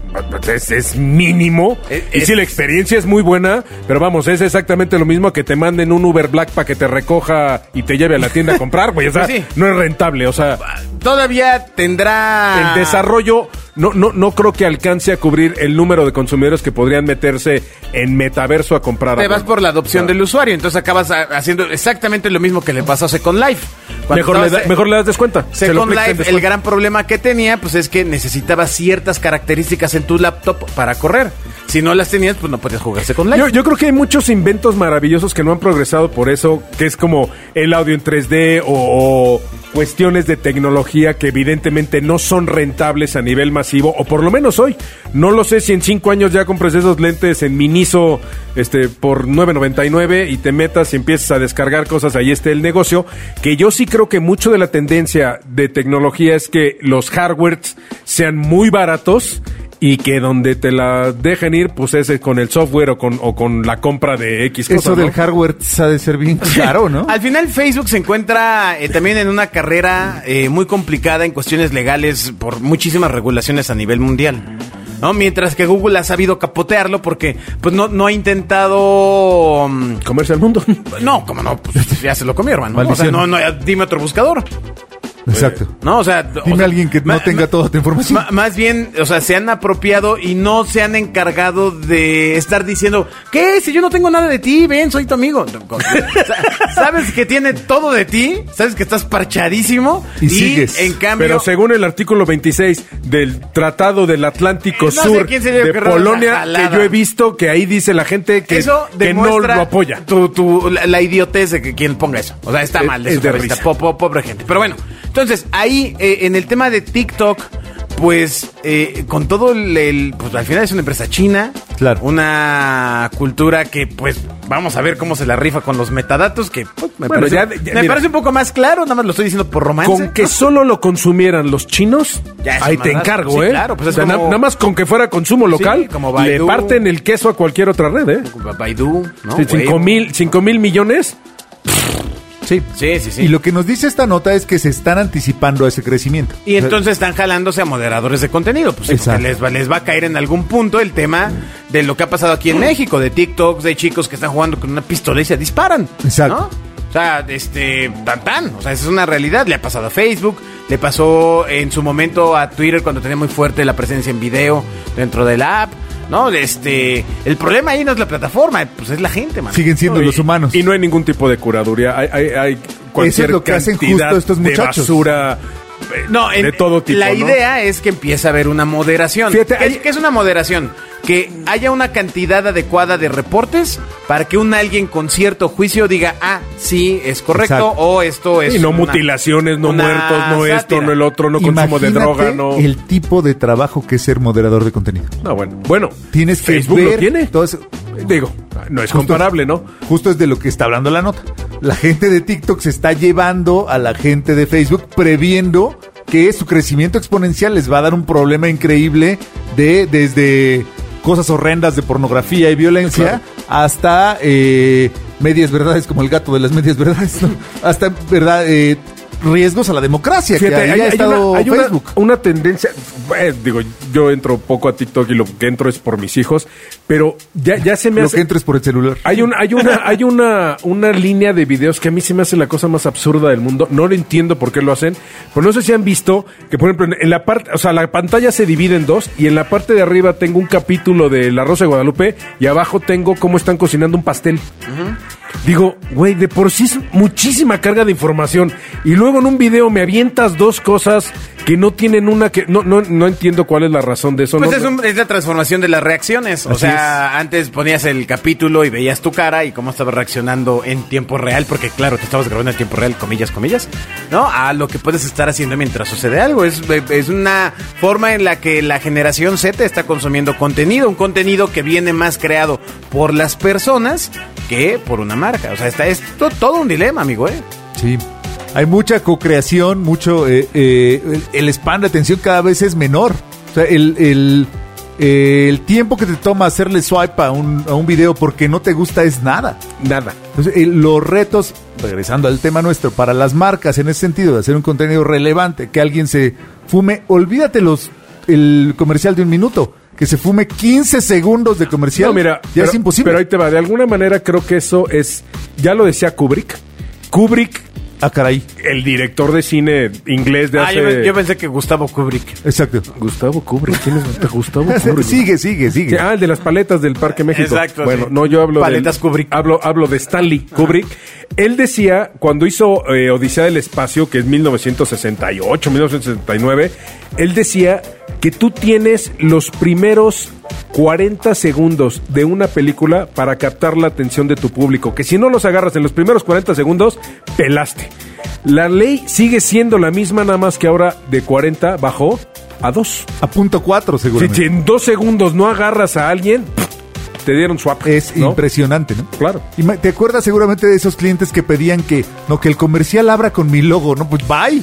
Speaker 4: es, es mínimo.
Speaker 2: Eh,
Speaker 4: y
Speaker 2: es-
Speaker 4: sí, la experiencia es muy buena, pero vamos, es exactamente lo mismo que te manden un Uber Black para que te recoja y te lleve a la tienda a comprar, güey. O sea,
Speaker 2: Pues sí.
Speaker 4: no es rentable. O sea,
Speaker 2: Todavía tendrá...
Speaker 4: el desarrollo no, no, no creo que alcance a cubrir el número de consumidores que podrían meterse en metaverso a comprar.
Speaker 2: Te
Speaker 4: algo.
Speaker 2: vas por la adopción
Speaker 4: O sea,
Speaker 2: del usuario, entonces acabas a- haciendo exactamente lo mismo que le pasó a Second Life. Cuando
Speaker 4: Mejor le,
Speaker 2: estabas-
Speaker 4: da- mejor le das descuenta. Se
Speaker 2: Second
Speaker 4: lo aplicas en
Speaker 2: Life, el
Speaker 4: descuento.
Speaker 2: gran problema que tenía, pues es que necesitaba ciertas características en tu laptop para correr. Si no las tenías, pues no podías jugar Second Life.
Speaker 4: Yo, yo creo que hay muchos inventos maravillosos que no han progresado por eso, que es como el audio en 3D o, o cuestiones de tecnología que evidentemente no son rentables a nivel masivo, o por lo menos hoy. No lo sé si en cinco años ya compres esos lentes en Miniso este, por 9.99 y te metas y empieces a descargar cosas, ahí esté el negocio, que yo sí creo que mucho de la tendencia de tecnología es que los hardwares sean muy baratos y que donde te la dejen ir, pues es con el software o con, o con la compra de X cosa,
Speaker 3: Eso
Speaker 4: ¿no?
Speaker 3: del hardware ha de ser bien caro, ¿no?
Speaker 2: Al final Facebook se encuentra eh, también en una carrera eh, muy complicada en cuestiones legales por muchísimas regulaciones a nivel mundial. ¿no? Mientras que Google ha sabido capotearlo porque pues no, no ha intentado... mm,
Speaker 4: Comerse al mundo.
Speaker 2: No, como no, pues, ya se lo comió, hermano. ¿no? O sea,
Speaker 3: Maldición.
Speaker 2: no, no, ya dime otro buscador.
Speaker 3: Exacto.
Speaker 2: No, o sea, o
Speaker 3: Dime
Speaker 2: sea,
Speaker 3: alguien que
Speaker 2: ma-
Speaker 3: no tenga
Speaker 2: ma-
Speaker 3: toda tu información.
Speaker 2: Ma- más bien, o sea, se han apropiado y no se han encargado de estar diciendo, ¿qué? Si yo no tengo nada de ti, ven, soy tu amigo. No, con- o sea, sabes que tiene todo de ti, sabes que estás parchadísimo
Speaker 3: Y sigues.
Speaker 2: en cambio...
Speaker 4: Pero según el artículo 26 del Tratado del Atlántico
Speaker 2: Eh, No sé
Speaker 4: Sur
Speaker 2: quién se le
Speaker 4: de
Speaker 2: ocurrió esa
Speaker 4: Polonia,
Speaker 2: jalada.
Speaker 4: que yo he visto que ahí dice la gente que,
Speaker 2: eso
Speaker 4: que no
Speaker 2: demuestra
Speaker 4: lo apoya.
Speaker 2: Tu, tu- la, la idiotez de que quien ponga eso. O sea, está
Speaker 4: Es-
Speaker 2: mal.
Speaker 4: es
Speaker 2: su
Speaker 4: de
Speaker 2: cabeza.
Speaker 4: risa.
Speaker 2: Po- po- pobre gente. Pero bueno, entonces ahí eh, en el tema de TikTok, pues eh, con todo el, el- Pues al final es una empresa china.
Speaker 3: Claro.
Speaker 2: Una cultura que, pues, vamos a ver cómo se la rifa con los metadatos, que pues, me,
Speaker 4: Bueno,
Speaker 2: parece,
Speaker 4: ya- ya-
Speaker 2: me
Speaker 4: mira.
Speaker 2: parece un poco más claro. Nada más lo estoy diciendo por romance.
Speaker 4: Con que solo lo consumieran los chinos,
Speaker 2: Ya es
Speaker 4: ahí
Speaker 2: un
Speaker 4: te
Speaker 2: madrazo.
Speaker 4: encargo,
Speaker 2: Sí,
Speaker 4: ¿eh?
Speaker 2: claro, pues es
Speaker 4: O sea, na-
Speaker 2: como-
Speaker 4: nada más con que fuera consumo local,
Speaker 2: como
Speaker 4: le
Speaker 2: Baidu.
Speaker 4: parten el queso a cualquier otra red, ¿eh?
Speaker 2: Baidu, ¿no?
Speaker 4: Sí, cinco
Speaker 2: Weibo.
Speaker 4: mil, cinco mil millones.
Speaker 3: Sí.
Speaker 2: Sí, sí, sí.
Speaker 3: Y lo que nos dice esta nota es que se están anticipando a ese crecimiento.
Speaker 2: Y entonces están jalándose a moderadores de contenido. Pues sí, porque
Speaker 3: Exacto.
Speaker 2: les va, les va a caer en algún punto el tema de lo que ha pasado
Speaker 3: Mm.
Speaker 2: aquí en México, de TikToks, de chicos que están jugando con una pistola y se disparan.
Speaker 3: Exacto.
Speaker 2: ¿no? O sea, este, tan tan. O sea, esa es una realidad. Le ha pasado a Facebook, le pasó en su momento a Twitter cuando tenía muy fuerte la presencia en video dentro de la app. No, este, el problema ahí no es la plataforma, pues es la gente, man.
Speaker 3: Siguen siendo
Speaker 4: No, y-
Speaker 3: los humanos.
Speaker 4: Y no hay ningún tipo de curaduría. Hay, hay, hay cualquier
Speaker 3: lo que hacen
Speaker 4: cantidad
Speaker 3: justo estos
Speaker 4: de
Speaker 3: muchachos.
Speaker 4: basura eh,
Speaker 2: No, en-
Speaker 4: de todo tipo.
Speaker 2: La
Speaker 4: ¿no?
Speaker 2: idea es que empiece a haber una moderación.
Speaker 4: Fíjate,
Speaker 2: ¿Qué,
Speaker 4: hay-
Speaker 2: qué es una moderación? Que haya una cantidad adecuada de reportes para que un alguien con cierto juicio diga, ah, sí, es correcto,
Speaker 3: Exacto.
Speaker 2: o esto es.
Speaker 4: Y no
Speaker 2: pues, una-
Speaker 4: mutilaciones, no
Speaker 2: una
Speaker 4: muertos, no esto,
Speaker 2: sátira".
Speaker 4: no el otro, no consumo de
Speaker 3: Imagínate
Speaker 4: droga, no.
Speaker 3: el tipo de trabajo que es ser moderador de contenido.
Speaker 4: No, bueno. Bueno,
Speaker 3: Tienes que
Speaker 4: Facebook
Speaker 3: ver
Speaker 4: lo tiene.
Speaker 3: todo eso.
Speaker 4: Digo, no es
Speaker 3: Justo-
Speaker 4: comparable, ¿no?
Speaker 3: Justo es de lo que está hablando la nota. La gente de TikTok se está llevando a la gente de Facebook previendo que su crecimiento exponencial les va a dar un problema increíble de desde cosas horrendas de pornografía y violencia hasta eh, medias verdades como el gato de las medias verdades, ¿no? hasta verdad eh, riesgos a la democracia que ahí ha estado
Speaker 4: hay una-
Speaker 3: Facebook.
Speaker 4: Una, tendencia, eh, digo, yo entro poco a TikTok y lo que entro es por mis hijos, pero ya, ya se me
Speaker 3: Lo
Speaker 4: hace...
Speaker 3: que entres por el celular.
Speaker 4: Hay una, hay una, hay una, una línea de videos que a mí se me hace la cosa más absurda del mundo. No lo entiendo por qué lo hacen. Pero no sé si han visto que, por ejemplo, en- en la parte, o sea, la pantalla se divide en dos y en la parte de arriba tengo un capítulo de La Rosa de Guadalupe y abajo tengo cómo están cocinando un pastel. Digo, güey, de por sí es muchísima carga de información. Y luego en un video me avientas dos cosas que no tienen una que. No, no, no entiendo cuál es la razón de eso.
Speaker 2: Pues
Speaker 4: no-
Speaker 2: es, un- es la transformación de las reacciones. O
Speaker 4: Así
Speaker 2: sea, antes ponías el capítulo y veías tu cara y cómo estabas reaccionando en tiempo real, porque claro, te estabas grabando en tiempo real, comillas, comillas, ¿no? A lo que puedes estar haciendo mientras sucede algo. Es, eh, es una forma en la que la generación Z está consumiendo contenido, un contenido que viene más creado por las personas que por una marca. O sea, está, es to- todo un dilema, amigo, ¿eh?
Speaker 3: Sí. Hay mucha co-creación, mucho. eh, eh, el, el span de atención cada vez es menor. O sea, el, el- eh, el tiempo que te toma hacerle swipe a un, a un video porque no te gusta es nada.
Speaker 4: Nada.
Speaker 3: Entonces, eh, los retos, regresando al tema nuestro, para las marcas en ese sentido, de hacer un contenido relevante, que alguien se fume, olvídate los el comercial de un minuto, que se fume 15 segundos de comercial.
Speaker 4: No, mira,
Speaker 3: ya
Speaker 4: pero,
Speaker 3: es imposible.
Speaker 4: Pero ahí te va. De alguna manera creo que eso es. Ya lo decía Kubrick. Kubrick,
Speaker 3: Ah, caray.
Speaker 4: el director de cine inglés de
Speaker 2: Ah,
Speaker 4: hace.
Speaker 2: yo, pe- yo pensé que Gustavo Kubrick.
Speaker 3: Exacto.
Speaker 4: Gustavo Kubrick. ¿Quién es Gustavo Kubrick?
Speaker 3: sigue, sigue, sigue.
Speaker 4: Sí, Ah, el de las paletas del Parque México.
Speaker 2: Exacto,
Speaker 4: Bueno,
Speaker 2: sí.
Speaker 4: no, yo hablo
Speaker 2: Paletas
Speaker 4: del-
Speaker 2: Kubrick.
Speaker 4: Hablo, hablo de Stanley Kubrick. Él decía, cuando hizo eh, Odisea del Espacio, que es 1968, 1969, él decía que tú tienes los primeros 40 segundos de una película para captar la atención de tu público, que si no los agarras en los primeros 40 segundos, pelaste. La ley sigue siendo la misma, nada más que ahora de 40 bajó a 2.
Speaker 3: A punto 4,
Speaker 4: Si,
Speaker 3: seguramente.
Speaker 4: si en dos segundos no agarras a alguien, te dieron swap.
Speaker 3: Es
Speaker 4: ¿no?
Speaker 3: impresionante, ¿no?
Speaker 4: Claro.
Speaker 3: Y ma- te acuerdas seguramente de esos clientes que pedían que no que el comercial abra con mi logo, no pues bye.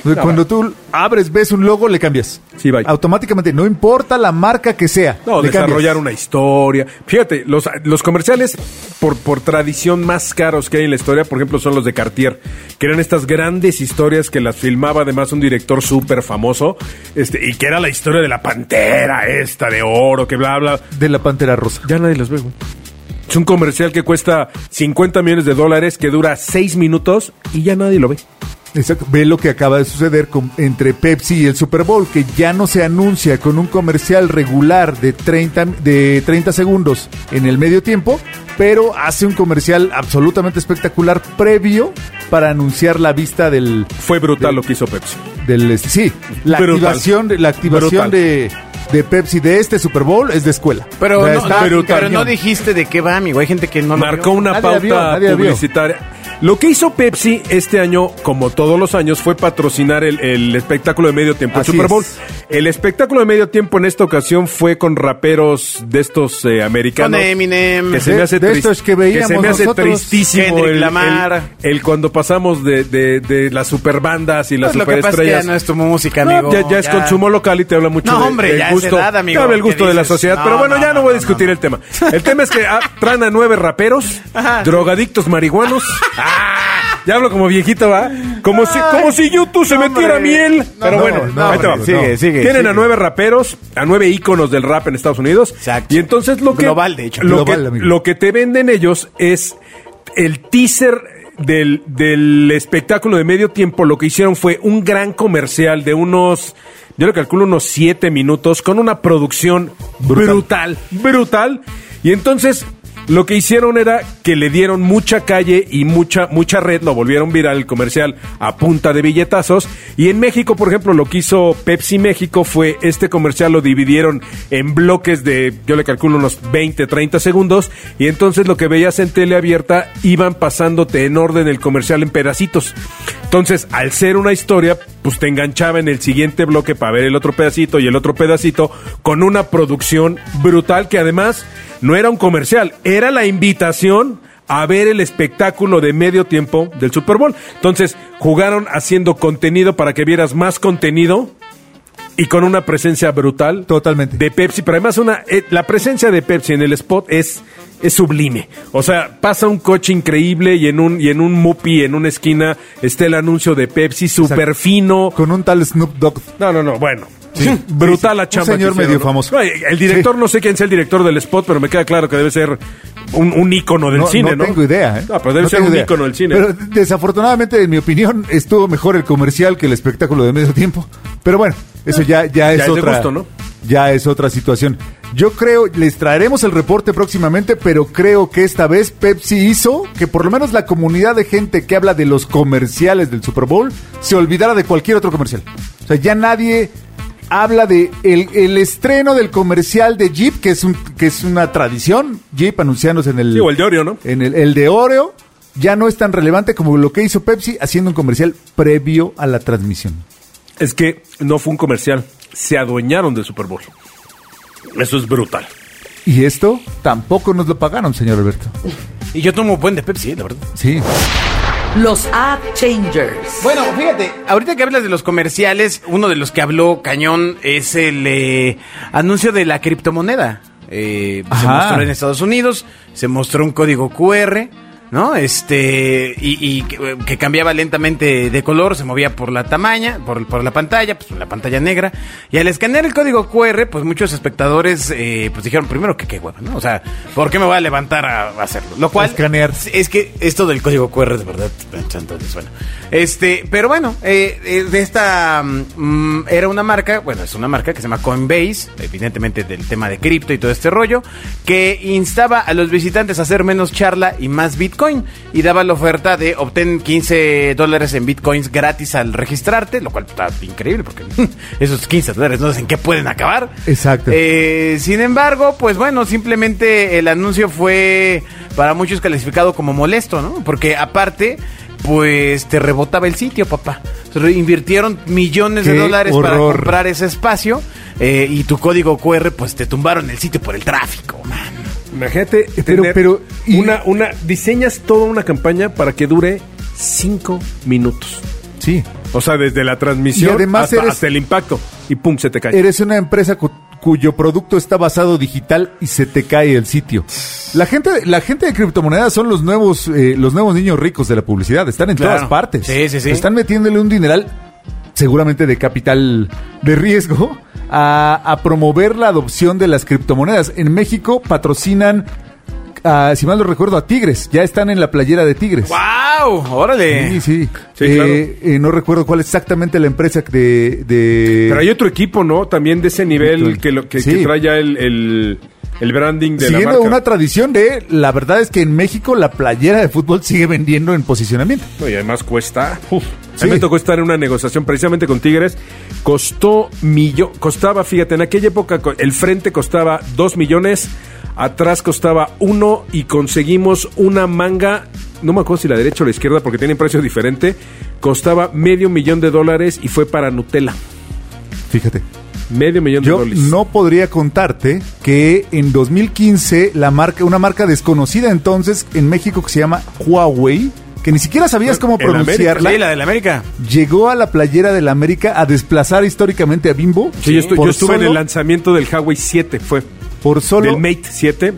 Speaker 3: O sea,
Speaker 4: No,
Speaker 3: Cuando tú abres, ves un logo, le cambias.
Speaker 4: Sí, bye.
Speaker 3: Automáticamente, no importa la marca que sea.
Speaker 4: No,
Speaker 3: le cambias.
Speaker 4: desarrollar una historia. Fíjate, los, los comerciales por, por tradición más caros que hay en la historia, por ejemplo, son los de Cartier, que eran estas grandes historias que las filmaba además un director súper famoso, este, y que era la historia de la pantera esta de oro, que bla, bla.
Speaker 3: De la pantera rosa.
Speaker 4: Ya nadie los ve, güey. Es un comercial que cuesta 50 millones de dólares, que dura 6 minutos y ya nadie lo ve.
Speaker 3: Exacto. Ve lo que acaba de suceder con- entre Pepsi y el Super Bowl, que ya no se anuncia con un comercial regular de 30, de 30 segundos en el medio tiempo, pero hace un comercial absolutamente espectacular previo para anunciar la vista del,
Speaker 4: Fue brutal
Speaker 3: De-
Speaker 4: lo que hizo Pepsi.
Speaker 3: del este, sí, la
Speaker 4: Brutal.
Speaker 3: activación de la activación
Speaker 4: Brutal.
Speaker 3: de, de Pepsi de este Super Bowl es de escuela.
Speaker 2: Pero,
Speaker 3: O sea,
Speaker 2: no,
Speaker 3: está
Speaker 2: pero, pero
Speaker 3: cañón.
Speaker 2: no dijiste de qué va, amigo. Hay gente que no lo
Speaker 4: marcó
Speaker 2: vio.
Speaker 4: una
Speaker 3: Nadie la
Speaker 4: pauta
Speaker 3: vio, nadie la vio.
Speaker 4: publicitaria. Lo que hizo Pepsi este año, como todos los años, fue patrocinar el, el espectáculo de medio tiempo, el
Speaker 3: Así
Speaker 4: Super Bowl.
Speaker 3: es.
Speaker 4: El espectáculo de medio tiempo en esta ocasión fue con raperos de estos eh, americanos.
Speaker 2: Con Eminem.
Speaker 4: Que se
Speaker 3: De-
Speaker 4: me hace
Speaker 3: de
Speaker 4: trist-
Speaker 3: estos que veíamos
Speaker 4: se me hace
Speaker 3: nosotros.
Speaker 4: tristísimo
Speaker 2: Kendrick
Speaker 4: el,
Speaker 2: Lamar.
Speaker 4: el- el cuando pasamos de, de- de las superbandas y las
Speaker 2: Pues lo que pasa es que ya
Speaker 4: superestrellas.
Speaker 2: no es tu música,
Speaker 4: No,
Speaker 2: amigo.
Speaker 4: ya, ya es consumo local y te habla mucho
Speaker 2: No,
Speaker 4: de-
Speaker 2: hombre,
Speaker 4: del
Speaker 2: ya es
Speaker 4: gusto.
Speaker 2: edad, amigo,
Speaker 4: Te habla el
Speaker 2: ¿qué
Speaker 4: gusto de la
Speaker 2: dices?
Speaker 4: sociedad.
Speaker 2: No,
Speaker 4: pero bueno,
Speaker 2: no,
Speaker 4: ya no,
Speaker 2: no,
Speaker 4: voy a
Speaker 2: no,
Speaker 4: discutir
Speaker 2: no.
Speaker 4: el tema. El tema es que ah, traen a nueve raperos, drogadictos marihuanos. ¡Ah! Ya hablo como viejito, ¿va? Como si, como si YouTube se
Speaker 2: no,
Speaker 4: metiera
Speaker 2: hombre.
Speaker 4: miel.
Speaker 2: No,
Speaker 4: pero
Speaker 2: no,
Speaker 4: bueno,
Speaker 3: no,
Speaker 4: ahí te va.
Speaker 3: hombre, sigue,
Speaker 2: sigue,
Speaker 4: Tienen a
Speaker 2: sigue.
Speaker 4: nueve raperos, a nueve íconos del rap en Estados Unidos.
Speaker 2: Exacto.
Speaker 4: Y entonces lo que.
Speaker 2: Global, de hecho.
Speaker 4: Lo,
Speaker 3: Global,
Speaker 4: que,
Speaker 3: amigo.
Speaker 4: lo que te venden ellos es el teaser. Del, del espectáculo de medio tiempo, lo que hicieron fue un gran comercial de unos, yo le calculo unos siete minutos, con una producción brutal, brutal. Y entonces lo que hicieron era que le dieron mucha calle y mucha, mucha red, lo volvieron viral el comercial a punta de billetazos. Y en México, por ejemplo, lo que hizo Pepsi México fue este comercial lo dividieron en bloques de, yo le calculo unos 20, 30 segundos. Y entonces lo que veías en tele abierta iban pasándote en orden el comercial en pedacitos. Entonces, al ser una historia, pues te enganchaba en el siguiente bloque para ver el otro pedacito y el otro pedacito con una producción brutal que además no era un comercial, era la invitación a ver el espectáculo de medio tiempo del Super Bowl. Entonces, jugaron haciendo contenido para que vieras más contenido y con una presencia brutal
Speaker 3: Totalmente.
Speaker 4: de Pepsi, pero además una eh, la presencia de Pepsi en el spot es es sublime. O sea, pasa un coche increíble y en un, y en un Mupi, en una esquina, está el anuncio de Pepsi, súper fino.
Speaker 3: Con un tal Snoop Dogg.
Speaker 4: No, no, no, bueno.
Speaker 3: Sí.
Speaker 4: Brutal la
Speaker 3: Un
Speaker 4: chamba.
Speaker 3: señor
Speaker 4: que hicieron,
Speaker 3: medio
Speaker 4: ¿no?
Speaker 3: famoso.
Speaker 4: No, el director,
Speaker 3: Sí.
Speaker 4: no sé quién sea el director del spot, pero me queda claro que debe ser un, un ícono del
Speaker 3: No,
Speaker 4: cine, ¿no?
Speaker 3: no tengo idea, ¿eh?
Speaker 4: No, pero debe
Speaker 3: No
Speaker 4: ser
Speaker 3: tengo
Speaker 4: un
Speaker 3: idea.
Speaker 4: ícono del cine.
Speaker 3: Pero desafortunadamente, en mi opinión, estuvo mejor el comercial que el espectáculo de medio tiempo. Pero bueno, eso ya, ya es
Speaker 4: es de
Speaker 3: otra.
Speaker 4: gusto, ¿no?
Speaker 3: Ya es otra situación. Yo creo, les traeremos el reporte próximamente, pero creo que esta vez Pepsi hizo que por lo menos la comunidad de gente que habla de los comerciales del Super Bowl se olvidara de cualquier otro comercial. O sea, ya nadie habla de el, el estreno del comercial de Jeep, que es un, que es una tradición, Jeep anunciándose en el
Speaker 4: Sí, o el de Oreo, ¿no?
Speaker 3: en el, el de Oreo ya no es tan relevante como lo que hizo Pepsi haciendo un comercial previo a la transmisión.
Speaker 4: Es que no fue un comercial. Se adueñaron del Super Bowl. Eso es brutal.
Speaker 3: Y esto tampoco nos lo pagaron, señor Alberto.
Speaker 2: Y yo tomo buen de Pepsi, eh, la verdad.
Speaker 3: Sí.
Speaker 1: Los Ad Changers.
Speaker 2: Bueno, fíjate, ahorita que hablas de los comerciales, uno de los que habló Cañón es el eh, anuncio de la criptomoneda. Eh, se
Speaker 3: Ajá.
Speaker 2: mostró en Estados Unidos, se mostró un código QR, ¿no? Este, y, y que, que cambiaba lentamente de color, se movía por la tamaña, por, por la pantalla, pues la pantalla negra. Y al escanear el código QR, pues muchos espectadores eh, pues dijeron primero que qué hueva, ¿no? O sea, ¿por qué me voy a levantar a, a hacerlo? Lo cual...
Speaker 3: Escanear.
Speaker 2: Sí, Es que esto del código QR es de verdad chanto de suena. Este, pero bueno, eh, eh, de esta mm, era una marca, bueno, es una marca que se llama Coinbase, evidentemente del tema de cripto y todo este rollo, que instaba a los visitantes a hacer menos charla y más Bitcoin y daba la oferta de obtén 15 dólares en Bitcoins gratis al registrarte, lo cual está increíble porque esos 15 dólares no sé en qué pueden acabar.
Speaker 3: Exacto.
Speaker 2: Eh, eh, sin embargo, pues bueno, simplemente el anuncio fue para muchos calificado como molesto, ¿no? Porque aparte, pues te rebotaba el sitio, papá. Re- Invirtieron millones de
Speaker 3: Qué
Speaker 2: dólares para
Speaker 3: horror.
Speaker 2: comprar ese espacio eh, y tu código QR, pues te tumbaron el sitio por el tráfico, man.
Speaker 4: Imagínate
Speaker 3: Pero-
Speaker 4: tener
Speaker 3: pero- y-
Speaker 4: una, una, diseñas toda una campaña para que dure cinco minutos.
Speaker 3: Sí.
Speaker 4: O sea, desde la transmisión
Speaker 3: Y además
Speaker 4: hasta,
Speaker 3: eres-
Speaker 4: hasta el impacto. Y pum, se te cae.
Speaker 3: Eres una empresa cu- cuyo producto está basado digital y se te cae el sitio. La gente, la gente de criptomonedas son los nuevos, eh, los nuevos niños ricos de la publicidad. Están en
Speaker 2: Claro.
Speaker 3: todas partes.
Speaker 2: Sí, sí, sí.
Speaker 3: Están metiéndole un dineral, seguramente de capital de riesgo, a, a promover la adopción de las criptomonedas. En México patrocinan, a, si mal no recuerdo, a Tigres. Ya están en la playera de Tigres.
Speaker 2: ¡Wow! ¡Órale!
Speaker 3: Sí, sí.
Speaker 4: Sí,
Speaker 3: Eh,
Speaker 4: claro.
Speaker 3: eh, no recuerdo cuál es exactamente la empresa de... de-
Speaker 4: Pero hay otro equipo, ¿no? También de ese nivel que, lo, que,
Speaker 3: Sí.
Speaker 4: que trae ya el, el, el branding de la
Speaker 3: Siguiendo
Speaker 4: marca.
Speaker 3: una tradición de, la verdad es que en México la playera de fútbol sigue vendiendo en posicionamiento.
Speaker 4: No, y además cuesta. uf. A
Speaker 3: Sí.
Speaker 4: mí me tocó estar en una negociación precisamente con Tigres. Costó millón. Costaba, fíjate, en aquella época co- el frente costaba 2 millones, atrás costaba 1 y conseguimos una manga. No me acuerdo si la derecha o la izquierda porque tienen precio diferente. Costaba medio millón de dólares y fue para Nutella.
Speaker 3: Fíjate,
Speaker 4: Medio millón de
Speaker 3: yo
Speaker 4: dólares.
Speaker 3: no podría contarte que en 2015 la marca, una marca desconocida entonces en México que se llama Huawei, que ni siquiera sabías cómo
Speaker 4: En América,
Speaker 3: pronunciarla,
Speaker 2: Sí, la de la América.
Speaker 3: llegó a la playera de la América a desplazar históricamente a Bimbo.
Speaker 4: Sí, yo, estu- yo
Speaker 3: por
Speaker 4: estuve en
Speaker 3: solo-
Speaker 4: el lanzamiento del Huawei 7, fue.
Speaker 3: por solo
Speaker 4: Del Mate 7.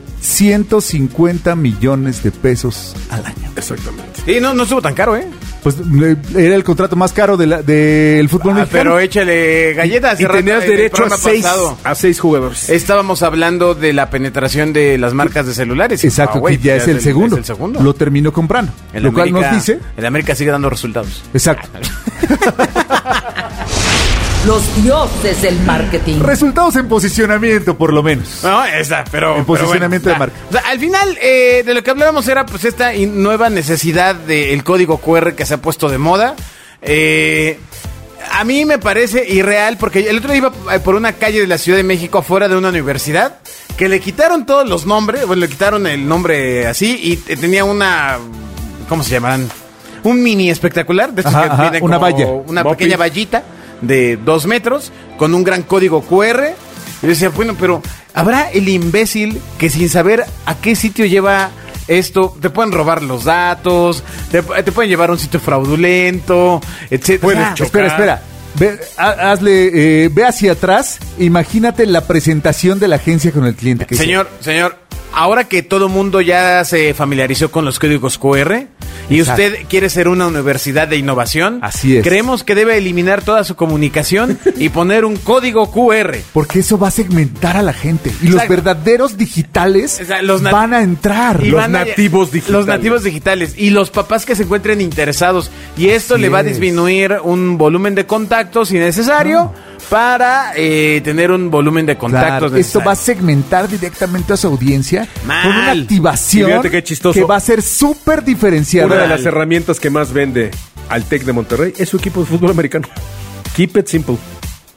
Speaker 3: 150 millones de pesos al año.
Speaker 4: Exactamente.
Speaker 2: Sí, no, no estuvo tan caro, ¿eh?
Speaker 3: Pues le- era el contrato más caro de la- del fútbol
Speaker 2: Ah,
Speaker 3: mexicano.
Speaker 2: pero échale galletas.
Speaker 4: Y
Speaker 2: Hace
Speaker 4: tenías
Speaker 2: rato, en el
Speaker 4: derecho a
Speaker 2: programa
Speaker 4: 6
Speaker 2: pasado.
Speaker 4: a seis jugadores.
Speaker 2: Estábamos hablando de la penetración de las marcas de celulares.
Speaker 3: Exacto,
Speaker 2: Huawei,
Speaker 3: que ya, es, el segundo.
Speaker 2: es el segundo.
Speaker 3: Lo terminó comprando.
Speaker 2: El
Speaker 3: lo cual
Speaker 2: América- Ah,
Speaker 3: nos dice.
Speaker 2: El América sigue dando resultados.
Speaker 3: Exacto.
Speaker 1: Los dioses del marketing.
Speaker 3: Resultados en posicionamiento, por lo menos.
Speaker 2: No, esa, pero.
Speaker 3: En
Speaker 2: pero
Speaker 3: Pues, posicionamiento de
Speaker 2: ah,
Speaker 3: marca.
Speaker 2: o sea, al final, eh, de lo que hablábamos era pues esta in- nueva necesidad del código QR que se ha puesto de moda. Eh, a mí me parece irreal porque el otro día iba eh, por una calle de la Ciudad de México afuera de una universidad que le quitaron todos los nombres, bueno, le quitaron el nombre así y eh, tenía una. ¿Cómo se llaman? Un mini espectacular, de estos
Speaker 3: Ajá,
Speaker 2: que
Speaker 3: ajá,
Speaker 2: vienen
Speaker 3: una
Speaker 2: como
Speaker 3: valla.
Speaker 2: Una
Speaker 4: Bopis.
Speaker 2: pequeña vallita de dos metros con un gran código QR. Y yo decía, bueno, pero ¿habrá el imbécil que sin saber a qué sitio lleva esto, te pueden robar los datos, te, te pueden llevar a un sitio fraudulento, etcétera?
Speaker 3: Puedes
Speaker 2: Ah,
Speaker 3: Espera, espera. Ve, ha- hazle, eh, ve hacia atrás. Imagínate la presentación de la agencia con el cliente. Que dice,
Speaker 2: Señor, señor, ahora que todo mundo ya se familiarizó con los códigos QR y
Speaker 3: Exacto.
Speaker 2: usted quiere ser una universidad de innovación,
Speaker 3: Así es.
Speaker 2: creemos que debe eliminar toda su comunicación y poner un código QR.
Speaker 3: Porque eso va a segmentar a la gente. Y los
Speaker 2: Exacto.
Speaker 3: verdaderos digitales
Speaker 2: O sea, los nat-
Speaker 3: van a entrar.
Speaker 2: Y
Speaker 4: Los
Speaker 2: van a-
Speaker 4: nativos digitales.
Speaker 2: Los nativos digitales. Y los papás que se encuentren interesados. Y esto
Speaker 3: Así
Speaker 2: le va a
Speaker 3: es.
Speaker 2: disminuir un volumen de contactos innecesario para eh, tener un volumen de contactos
Speaker 3: Claro, esto va a
Speaker 2: necesarios.
Speaker 3: segmentar directamente a su audiencia
Speaker 2: Mal.
Speaker 3: con una
Speaker 4: Y
Speaker 3: activación
Speaker 4: fíjate qué chistoso.
Speaker 3: que va a ser súper diferenciada.
Speaker 4: Una de las herramientas que más vende al Tec de Monterrey es su equipo de fútbol americano. Keep it simple.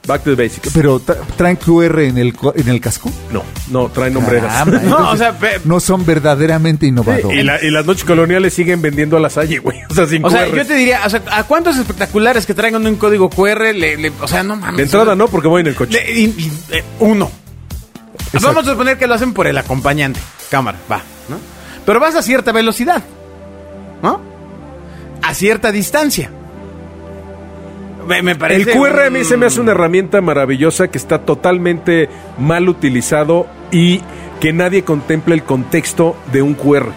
Speaker 4: Back to the basics.
Speaker 3: Pero tra- traen QR en el, co- en el casco.
Speaker 4: no, no, traen hombreras.
Speaker 3: Caramba,
Speaker 2: No, o sea, pe-
Speaker 3: no son verdaderamente innovadores.
Speaker 4: Y, la- y las noches coloniales siguen vendiendo a la salle, güey. O sea, sin
Speaker 2: O sea,
Speaker 4: QR.
Speaker 2: yo te diría, o sea, ¿a cuántos espectaculares que traigan un código QR? Le, le- o sea, no mames.
Speaker 4: De entrada no, porque voy en el coche.
Speaker 2: Le- y- y- eh, uno. Vamos a suponer que lo hacen por el acompañante. Cámara, va, ¿no? Pero vas a cierta velocidad, ¿no? A cierta distancia. Me, me
Speaker 4: El
Speaker 2: parece...
Speaker 4: QR a mí se me hace
Speaker 2: mm,
Speaker 4: una herramienta maravillosa que está totalmente mal utilizado y que nadie contempla el contexto de un QR.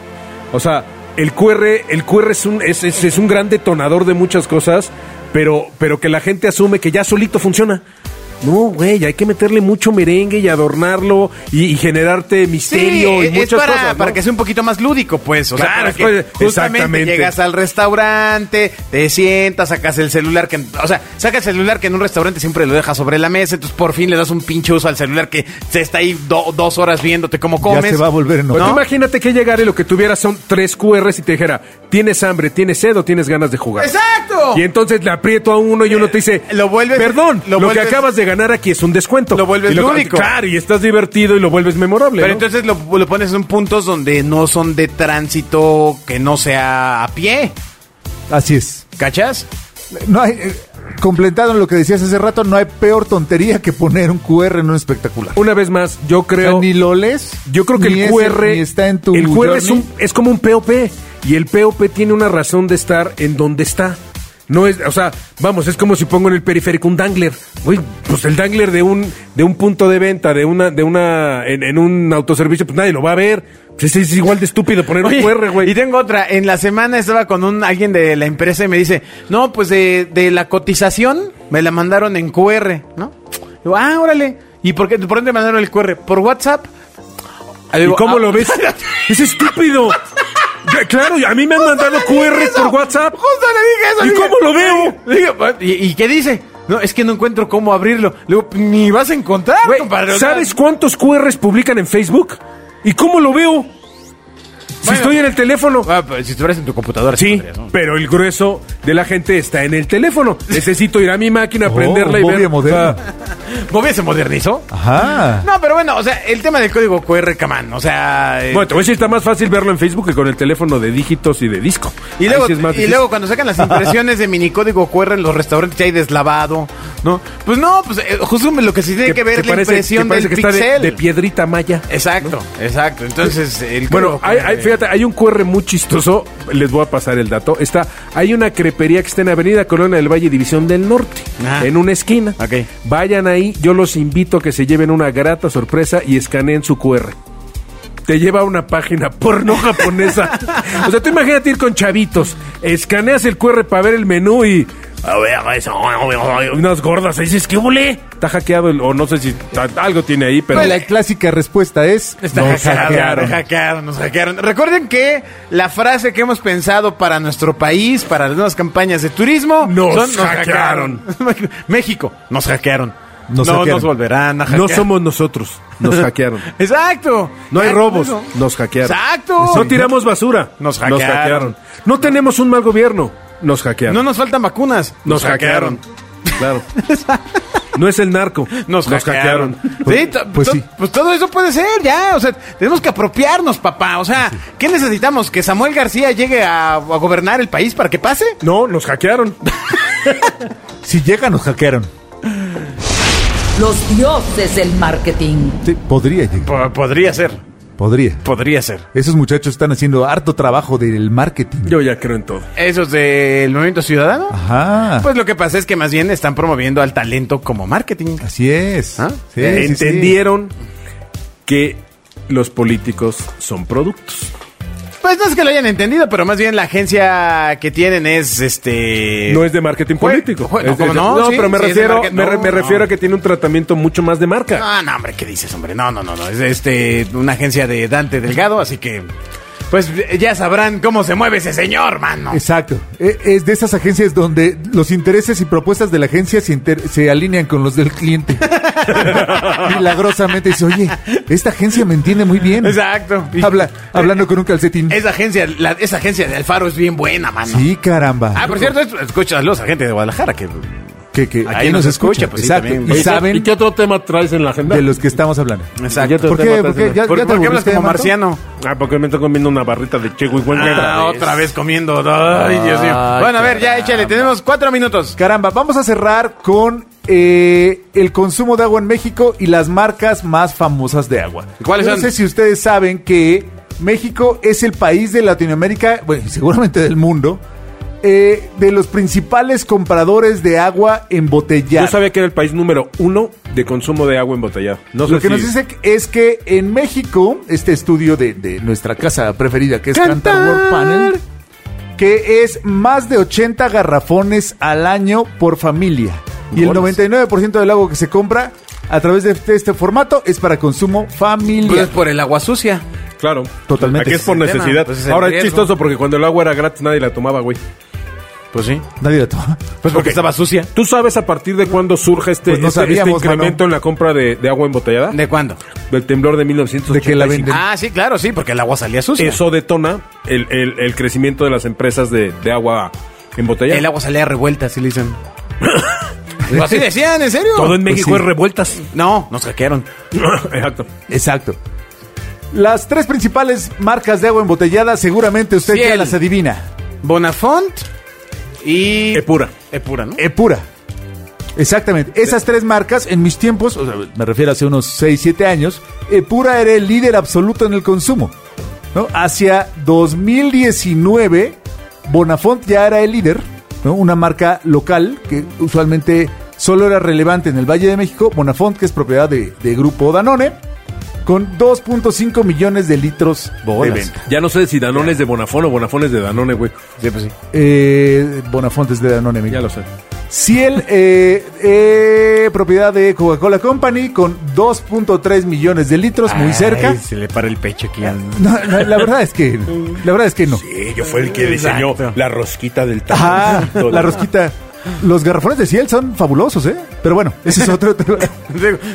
Speaker 4: O sea, el QR, el QR es un, es, es- es un gran detonador de muchas cosas, pero, pero que la gente asume que ya solito funciona. No, güey, hay que meterle mucho merengue y adornarlo y, y generarte
Speaker 2: Sí,
Speaker 4: misterio y
Speaker 2: es- es
Speaker 4: muchas
Speaker 2: para,
Speaker 4: cosas. ¿no?
Speaker 2: para que sea un poquito más lúdico, pues. O
Speaker 4: Claro,
Speaker 2: sea, para
Speaker 4: es
Speaker 2: que
Speaker 4: para-
Speaker 2: justamente
Speaker 4: exactamente.
Speaker 2: llegas al restaurante, te sientas, sacas el celular que, o sea, sacas el celular que en un restaurante siempre lo dejas sobre la mesa, entonces por fin le das un pinche uso al celular que se está ahí do- dos horas viéndote cómo comes.
Speaker 3: se va a volver en
Speaker 4: Pero tú
Speaker 3: ¿No?
Speaker 4: imagínate que llegara y lo que tuviera son tres QRs y te dijera, ¿tienes hambre, tienes sed o tienes ganas de jugar?
Speaker 2: ¡Exacto!
Speaker 4: Y entonces le aprieto a uno y uno te dice,
Speaker 2: Eh, Lo vuelves-
Speaker 4: perdón,
Speaker 2: lo
Speaker 4: lo,
Speaker 2: vuelves-
Speaker 4: que acabas de ganar aquí es un descuento.
Speaker 2: Lo vuelves
Speaker 4: Y
Speaker 2: lúdico.
Speaker 4: Claro, y estás divertido y lo vuelves memorable.
Speaker 2: Pero
Speaker 4: ¿no?
Speaker 2: entonces lo, lo pones en puntos donde no son de tránsito que no sea a pie,
Speaker 3: Así es.
Speaker 2: ¿cachas?
Speaker 3: No hay, eh, completado en lo que decías hace rato, no hay peor tontería que poner un QR en un espectacular.
Speaker 4: Una vez más, yo creo...
Speaker 3: O sea, ni lo lees.
Speaker 4: Yo creo que
Speaker 3: ni
Speaker 4: el
Speaker 3: es-
Speaker 4: QR,
Speaker 3: ni está en tu
Speaker 4: el QR es,
Speaker 3: journey.
Speaker 4: un- es como un POP y el POP tiene una razón de estar en donde está. No es, o sea, vamos, es como si pongo en el periférico un dangler. Güey, pues el dangler de un de un punto de venta, de una de una en, en un autoservicio, pues nadie lo va a ver. Pues es, es igual de estúpido poner un
Speaker 2: Oye,
Speaker 4: QR, güey.
Speaker 2: Y tengo otra. En la semana estaba con un alguien de la empresa y me dice, no, pues de, de la cotización me la mandaron en QR, ¿no? Digo, ah, órale. ¿Y por qué, por dónde mandaron el QR? ¿Por WhatsApp? Ah,
Speaker 4: ¿Y
Speaker 2: digo,
Speaker 4: cómo
Speaker 2: ah,
Speaker 4: lo ves? es estúpido. Ya, claro, a mí me han mandado
Speaker 2: Justo le
Speaker 4: QR
Speaker 2: dije
Speaker 4: por
Speaker 2: eso.
Speaker 4: WhatsApp.
Speaker 2: Justo le dije eso.
Speaker 4: ¿Y
Speaker 2: dije,
Speaker 4: cómo lo veo?
Speaker 2: le dije, "Pa- ¿y, y qué dice? No, es que no encuentro cómo abrirlo. Le digo, ni vas a encontrar,
Speaker 4: Güey,
Speaker 2: compadre. o sea,
Speaker 4: ¿Sabes cuántos QRs publican en Facebook? ¿Y cómo lo veo? Si
Speaker 2: Bueno.
Speaker 4: estoy en el teléfono.
Speaker 2: Ah, pero si estuvieras en tu computadora,
Speaker 4: Sí,
Speaker 2: podrías, ¿no?
Speaker 4: pero el grueso de la gente está en el teléfono. Necesito ir a mi
Speaker 2: Oh,
Speaker 4: máquina, prenderla y
Speaker 3: Oh, Bobby
Speaker 4: ver. Ah.
Speaker 3: moderno.
Speaker 2: ¿Movía se modernizó?
Speaker 3: Ajá.
Speaker 2: No, pero bueno, o sea, el tema del código QR, camán, o sea... eh,
Speaker 4: bueno, te voy a decir, está más fácil verlo en Facebook que con el teléfono de dígitos y de disco.
Speaker 2: Y
Speaker 4: Ahí
Speaker 2: luego,
Speaker 4: sí es más
Speaker 2: y
Speaker 4: difícil.
Speaker 2: luego cuando sacan las impresiones de minicódigo QR en los restaurantes ya hay deslavado, ¿no? Pues no, pues eh, justo lo que se tiene que, ver es la
Speaker 4: parece-
Speaker 2: impresión
Speaker 4: que
Speaker 2: del
Speaker 4: parece que está de-
Speaker 2: pixel.
Speaker 4: de, piedrita maya.
Speaker 2: exacto, exacto. Entonces, el
Speaker 4: Bueno,
Speaker 2: código
Speaker 4: hay,
Speaker 2: QR.
Speaker 4: hay- fíjate, hay un QR muy chistoso. Les voy a pasar el dato. Está, hay una crepería que está en Avenida Colonia del Valle, División del Norte,
Speaker 2: Ajá.
Speaker 4: en una esquina.
Speaker 2: Ok.
Speaker 4: Vayan ahí, yo los invito a que se lleven una grata sorpresa y escaneen su QR. Te lleva a una página porno japonesa. o sea, tú imagínate ir con chavitos, escaneas el QR para ver el menú y. A ver, eso, unas gordas. Y dices, ¿qué huele? Está hackeado, el- o no sé si ta- algo tiene ahí, pero.
Speaker 3: Pero la clásica respuesta es
Speaker 2: Está
Speaker 3: nos
Speaker 2: hackeado,
Speaker 3: hackearon.
Speaker 2: nos hackearon, nos hackearon. Recuerden que la frase que hemos pensado para nuestro país, para las nuevas campañas de turismo,
Speaker 4: Nos hackearon.
Speaker 2: hackearon. México, nos hackearon.
Speaker 3: Nos
Speaker 2: no
Speaker 3: hackearon.
Speaker 2: nos volverán a hackear.
Speaker 4: no somos nosotros, nos hackearon.
Speaker 2: Exacto.
Speaker 4: No hay
Speaker 2: Ya,
Speaker 4: robos,
Speaker 2: eso.
Speaker 4: nos hackearon.
Speaker 2: Ah, Exacto.
Speaker 4: No tiramos basura,
Speaker 2: Nos hackearon.
Speaker 4: No tenemos un mal gobierno, nos hackearon.
Speaker 2: No nos faltan vacunas.
Speaker 4: nos, hackearon. Claro. No es el narco,
Speaker 2: Nos, hackearon. Sí,
Speaker 3: Pues-
Speaker 2: to-
Speaker 3: pues
Speaker 2: to-
Speaker 3: sí.
Speaker 2: pues todo eso puede ser, ya. O sea, tenemos que apropiarnos, papá. O sea, ¿qué necesitamos? ¿Que Samuel García llegue a, a gobernar el país para que pase?
Speaker 4: No, nos hackearon.
Speaker 3: Si llega, nos hackearon.
Speaker 1: Los dioses del marketing.
Speaker 3: Sí, podría llegar.
Speaker 2: podría ser,
Speaker 3: Podría.
Speaker 2: podría ser.
Speaker 3: Esos muchachos están haciendo harto trabajo del marketing.
Speaker 4: Yo ya creo en todo.
Speaker 2: ¿Esos del Movimiento Ciudadano?
Speaker 3: Ajá.
Speaker 2: Pues lo que pasa es que más bien están promoviendo al talento como marketing.
Speaker 3: Así es.
Speaker 2: ¿Ah?
Speaker 3: Sí, sí, sí.
Speaker 4: Entendieron que los políticos son productos.
Speaker 2: Pues no es que lo hayan entendido, pero más bien la agencia que tienen es este.
Speaker 4: No es de marketing
Speaker 2: Jue-
Speaker 4: político.
Speaker 2: jue- no,
Speaker 4: Es de-
Speaker 2: ¿cómo no? Sí,
Speaker 4: pero me
Speaker 2: sí, es de
Speaker 4: refiero,
Speaker 2: market-
Speaker 4: me, re-
Speaker 2: no,
Speaker 4: me
Speaker 2: no.
Speaker 4: refiero a que tiene un tratamiento mucho más de marca.
Speaker 2: No, no, hombre, ¿qué dices, hombre? No, no, no, no. Es este, una agencia de Dante Delgado, así que. Pues ya sabrán cómo se mueve ese señor, mano.
Speaker 3: Exacto. E- Es de esas agencias donde los intereses y propuestas de la agencia se, inter- se alinean con los del cliente. Milagrosamente dice, oye, esta agencia me entiende muy bien.
Speaker 2: Exacto. Y-
Speaker 3: Habla, hablando con un calcetín.
Speaker 2: Esa agencia, la- esa agencia de Alfaro es bien buena, mano.
Speaker 3: Sí, caramba.
Speaker 2: Ah, por cierto, escúchalos a gente de Guadalajara que
Speaker 3: que, que-
Speaker 2: aquí nos escucha, pues sí,
Speaker 3: Exacto.
Speaker 2: también.
Speaker 3: y
Speaker 2: Oye,
Speaker 3: saben
Speaker 4: ¿Y qué otro tema traes en la agenda?
Speaker 3: de los que estamos hablando.
Speaker 2: Exacto.
Speaker 3: ¿Por qué? ¿Por qué? ¿Ya,
Speaker 2: ¿Por,
Speaker 3: ya te
Speaker 2: por qué hablas
Speaker 3: aburriste,
Speaker 2: como
Speaker 3: Marco?
Speaker 2: marciano?
Speaker 4: Ah, porque me estoy comiendo una barrita de chico y
Speaker 2: Ah, otra vez comiendo. Ay, Dios mío.
Speaker 3: Ay,
Speaker 2: Bueno, a ver, ya échale. Tenemos cuatro minutos.
Speaker 3: Caramba, vamos a cerrar con eh, el consumo de agua en México y las marcas más famosas de agua.
Speaker 2: ¿Cuáles
Speaker 3: Yo
Speaker 2: son?
Speaker 3: No sé si ustedes saben que México es el país de Latinoamérica, bueno, y seguramente del mundo, eh, de los principales compradores de agua embotellada.
Speaker 4: Yo sabía que era el país número uno de consumo de agua embotellada. No sé
Speaker 3: Lo que
Speaker 4: si-
Speaker 3: nos dice es que en México, este estudio de, de nuestra casa preferida, que es
Speaker 2: Cantar.
Speaker 3: Cantar World Panel, que es más de 80 garrafones al año por familia. Y el 99% del agua que se compra a través de este, este formato es para consumo familiar.
Speaker 2: por el agua sucia.
Speaker 4: Claro.
Speaker 3: Totalmente.
Speaker 4: Aquí es por
Speaker 2: Ese tema,
Speaker 4: necesidad.
Speaker 2: pues, es el
Speaker 4: Ahora es
Speaker 2: riesgo.
Speaker 4: chistoso porque cuando el agua era gratis nadie la tomaba, güey.
Speaker 2: Pues sí.
Speaker 3: Nadie la toma.
Speaker 2: Pues porque estaba sucia.
Speaker 4: ¿Tú sabes a partir de cuándo surge este,
Speaker 3: Pues no
Speaker 4: este- este
Speaker 3: sabíamos, mano.
Speaker 4: incremento en la compra de, de agua embotellada?
Speaker 2: ¿De cuándo?
Speaker 4: Del temblor de 1985.
Speaker 3: De que la venden.
Speaker 2: Ah, sí, claro, sí, porque el agua salía sucia.
Speaker 4: Eso detona el, el- el crecimiento de las empresas de, de agua embotellada.
Speaker 2: El agua salía revuelta, así le dicen. Pues así decían, ¿en serio? Pues
Speaker 4: Todo en México
Speaker 3: sí.
Speaker 4: es revueltas.
Speaker 2: No, nos hackearon.
Speaker 4: Exacto.
Speaker 3: Exacto. Las tres principales marcas de agua embotellada, seguramente usted ya
Speaker 2: Ciel.
Speaker 3: las adivina.
Speaker 2: Bonafont y...
Speaker 4: Epura.
Speaker 2: Epura, ¿no?
Speaker 3: Epura. Eh, Exactamente. Esas tres marcas, en mis tiempos, o sea, me refiero a hace unos 6, 7 años, Epura era el líder absoluto en el consumo. ¿no? Hacia 2019, Bonafont ya era el líder, ¿no? una marca local que usualmente solo era relevante en el Valle de México, Bonafont, que es propiedad de, de Grupo Danone, con 2.5 millones de litros de venta.
Speaker 4: Ya no sé si Danone es de Bonafón o Bonafón es de Danone, güey.
Speaker 2: Sí, pues sí.
Speaker 3: Eh, Bonafont es de Danone, Miguel.
Speaker 4: Ya lo sé.
Speaker 3: Ciel, eh, eh, propiedad de Coca-Cola Company, con 2.3 millones de litros, muy cerca.
Speaker 2: Ay, se le para el pecho aquí. al-
Speaker 3: No, no, la verdad es que, la verdad es que no.
Speaker 4: yo fui el que diseñó la rosquita del taco.
Speaker 3: Ah, la rosquita. Los garrafones de Ciel son fabulosos, ¿eh? Pero bueno, ese es otro tema.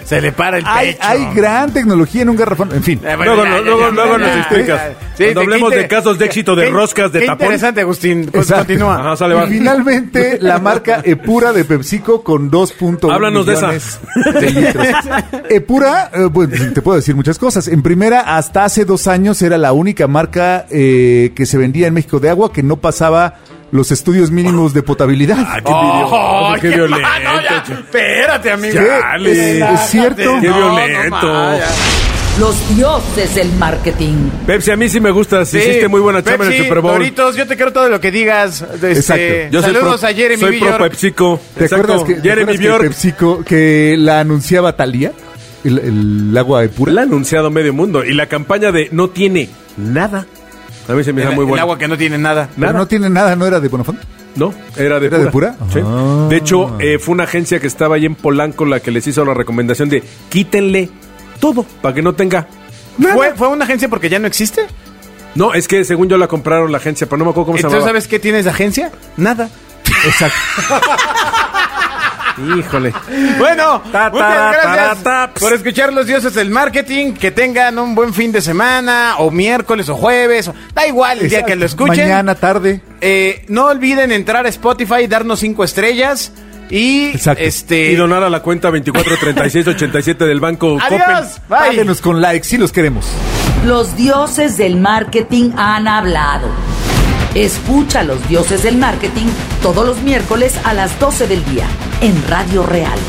Speaker 2: Se le para el
Speaker 3: Hay,
Speaker 2: pecho.
Speaker 3: hay gran tecnología en un garrafón. En fin,
Speaker 2: Eh, bueno,
Speaker 4: Luego,
Speaker 2: ya,
Speaker 4: no-
Speaker 2: ya,
Speaker 4: luego,
Speaker 2: ya,
Speaker 4: luego
Speaker 2: ya,
Speaker 4: nos
Speaker 2: ya.
Speaker 4: explicas.
Speaker 2: Sí,
Speaker 4: Cuando hablemos
Speaker 2: qué
Speaker 4: de casos de éxito de
Speaker 2: qué-
Speaker 4: roscas de
Speaker 2: qué
Speaker 4: tapón.
Speaker 2: interesante, Agustín. Pues
Speaker 3: Exacto.
Speaker 2: Continúa.
Speaker 4: Ajá, sale, va.
Speaker 3: y finalmente la marca Epura de Pepsico con 2.1
Speaker 4: Háblanos de
Speaker 3: millones
Speaker 4: esa.
Speaker 3: de litros. Epura, eh, bueno, te puedo decir muchas cosas. En primera, hasta hace dos años era la única marca eh, que se vendía en México de agua que no pasaba los estudios mínimos de potabilidad.
Speaker 4: Ah, qué
Speaker 2: Oh,
Speaker 4: qué
Speaker 2: qué
Speaker 4: violento,
Speaker 2: mano, ya.
Speaker 4: che.
Speaker 2: Espérate, amigo.
Speaker 4: ¿Qué?
Speaker 2: Dale.
Speaker 4: ¿Es-
Speaker 3: es cierto?
Speaker 4: Qué
Speaker 2: No, no,
Speaker 4: violento.
Speaker 2: ma, ya.
Speaker 1: Los dioses del marketing.
Speaker 4: Pepsi, a mí sí me gusta.
Speaker 2: Sí,
Speaker 4: Hiciste muy buena chamba en el
Speaker 2: Pexi,
Speaker 4: Super Bowl.
Speaker 2: Doritos, yo te quiero todo lo que digas. Este,
Speaker 3: Exacto.
Speaker 4: Yo soy
Speaker 2: saludos
Speaker 4: pro-
Speaker 2: a Jeremy
Speaker 4: Soy pro
Speaker 2: Villor.
Speaker 4: Pepsico.
Speaker 3: ¿Te acuerdas que, te
Speaker 4: Jeremy
Speaker 3: acuerdas que
Speaker 4: Bjork.
Speaker 3: Pepsico que la anunciaba Talía? El, el agua Epura.
Speaker 4: La ha anunciado medio mundo. Y la campaña de no tiene nada. A mí se me
Speaker 2: El,
Speaker 4: da muy
Speaker 2: el
Speaker 4: buena.
Speaker 2: agua que no tiene nada.
Speaker 3: Pero no tiene nada, no era de Bonafont.
Speaker 4: No, era de
Speaker 3: ¿Era de pura?
Speaker 4: Sí.
Speaker 3: Ah.
Speaker 4: De hecho, eh, fue una agencia que estaba ahí en Polanco la que les hizo la recomendación de quítenle todo para que no tenga.
Speaker 2: ¿Fue, ¿Fue una agencia porque ya no existe?
Speaker 4: No, es que según yo la compraron la agencia, pero no me acuerdo cómo se
Speaker 2: Entonces,
Speaker 4: llamaba.
Speaker 2: ¿sabes qué tienes de agencia? Nada.
Speaker 3: Exacto.
Speaker 4: Híjole.
Speaker 2: Bueno,
Speaker 4: Ta, ta, ra,
Speaker 2: muchas
Speaker 4: ta,
Speaker 2: gracias
Speaker 4: ra, taps.
Speaker 2: por escuchar los dioses del marketing. Que tengan un buen fin de semana, o miércoles, o jueves. o- da igual el día que lo escuchen.
Speaker 3: Mañana, tarde.
Speaker 2: Eh, no olviden entrar a Spotify, darnos cinco estrellas y
Speaker 3: Exacto.
Speaker 2: este.
Speaker 4: Y donar a la cuenta 243687 del banco
Speaker 2: Adiós.
Speaker 4: Coppel.
Speaker 2: Bye.
Speaker 3: Páguenos con likes, si los queremos.
Speaker 1: Los dioses del marketing han hablado. Escucha a los dioses del marketing todos los miércoles a las 12 del día en Radio Real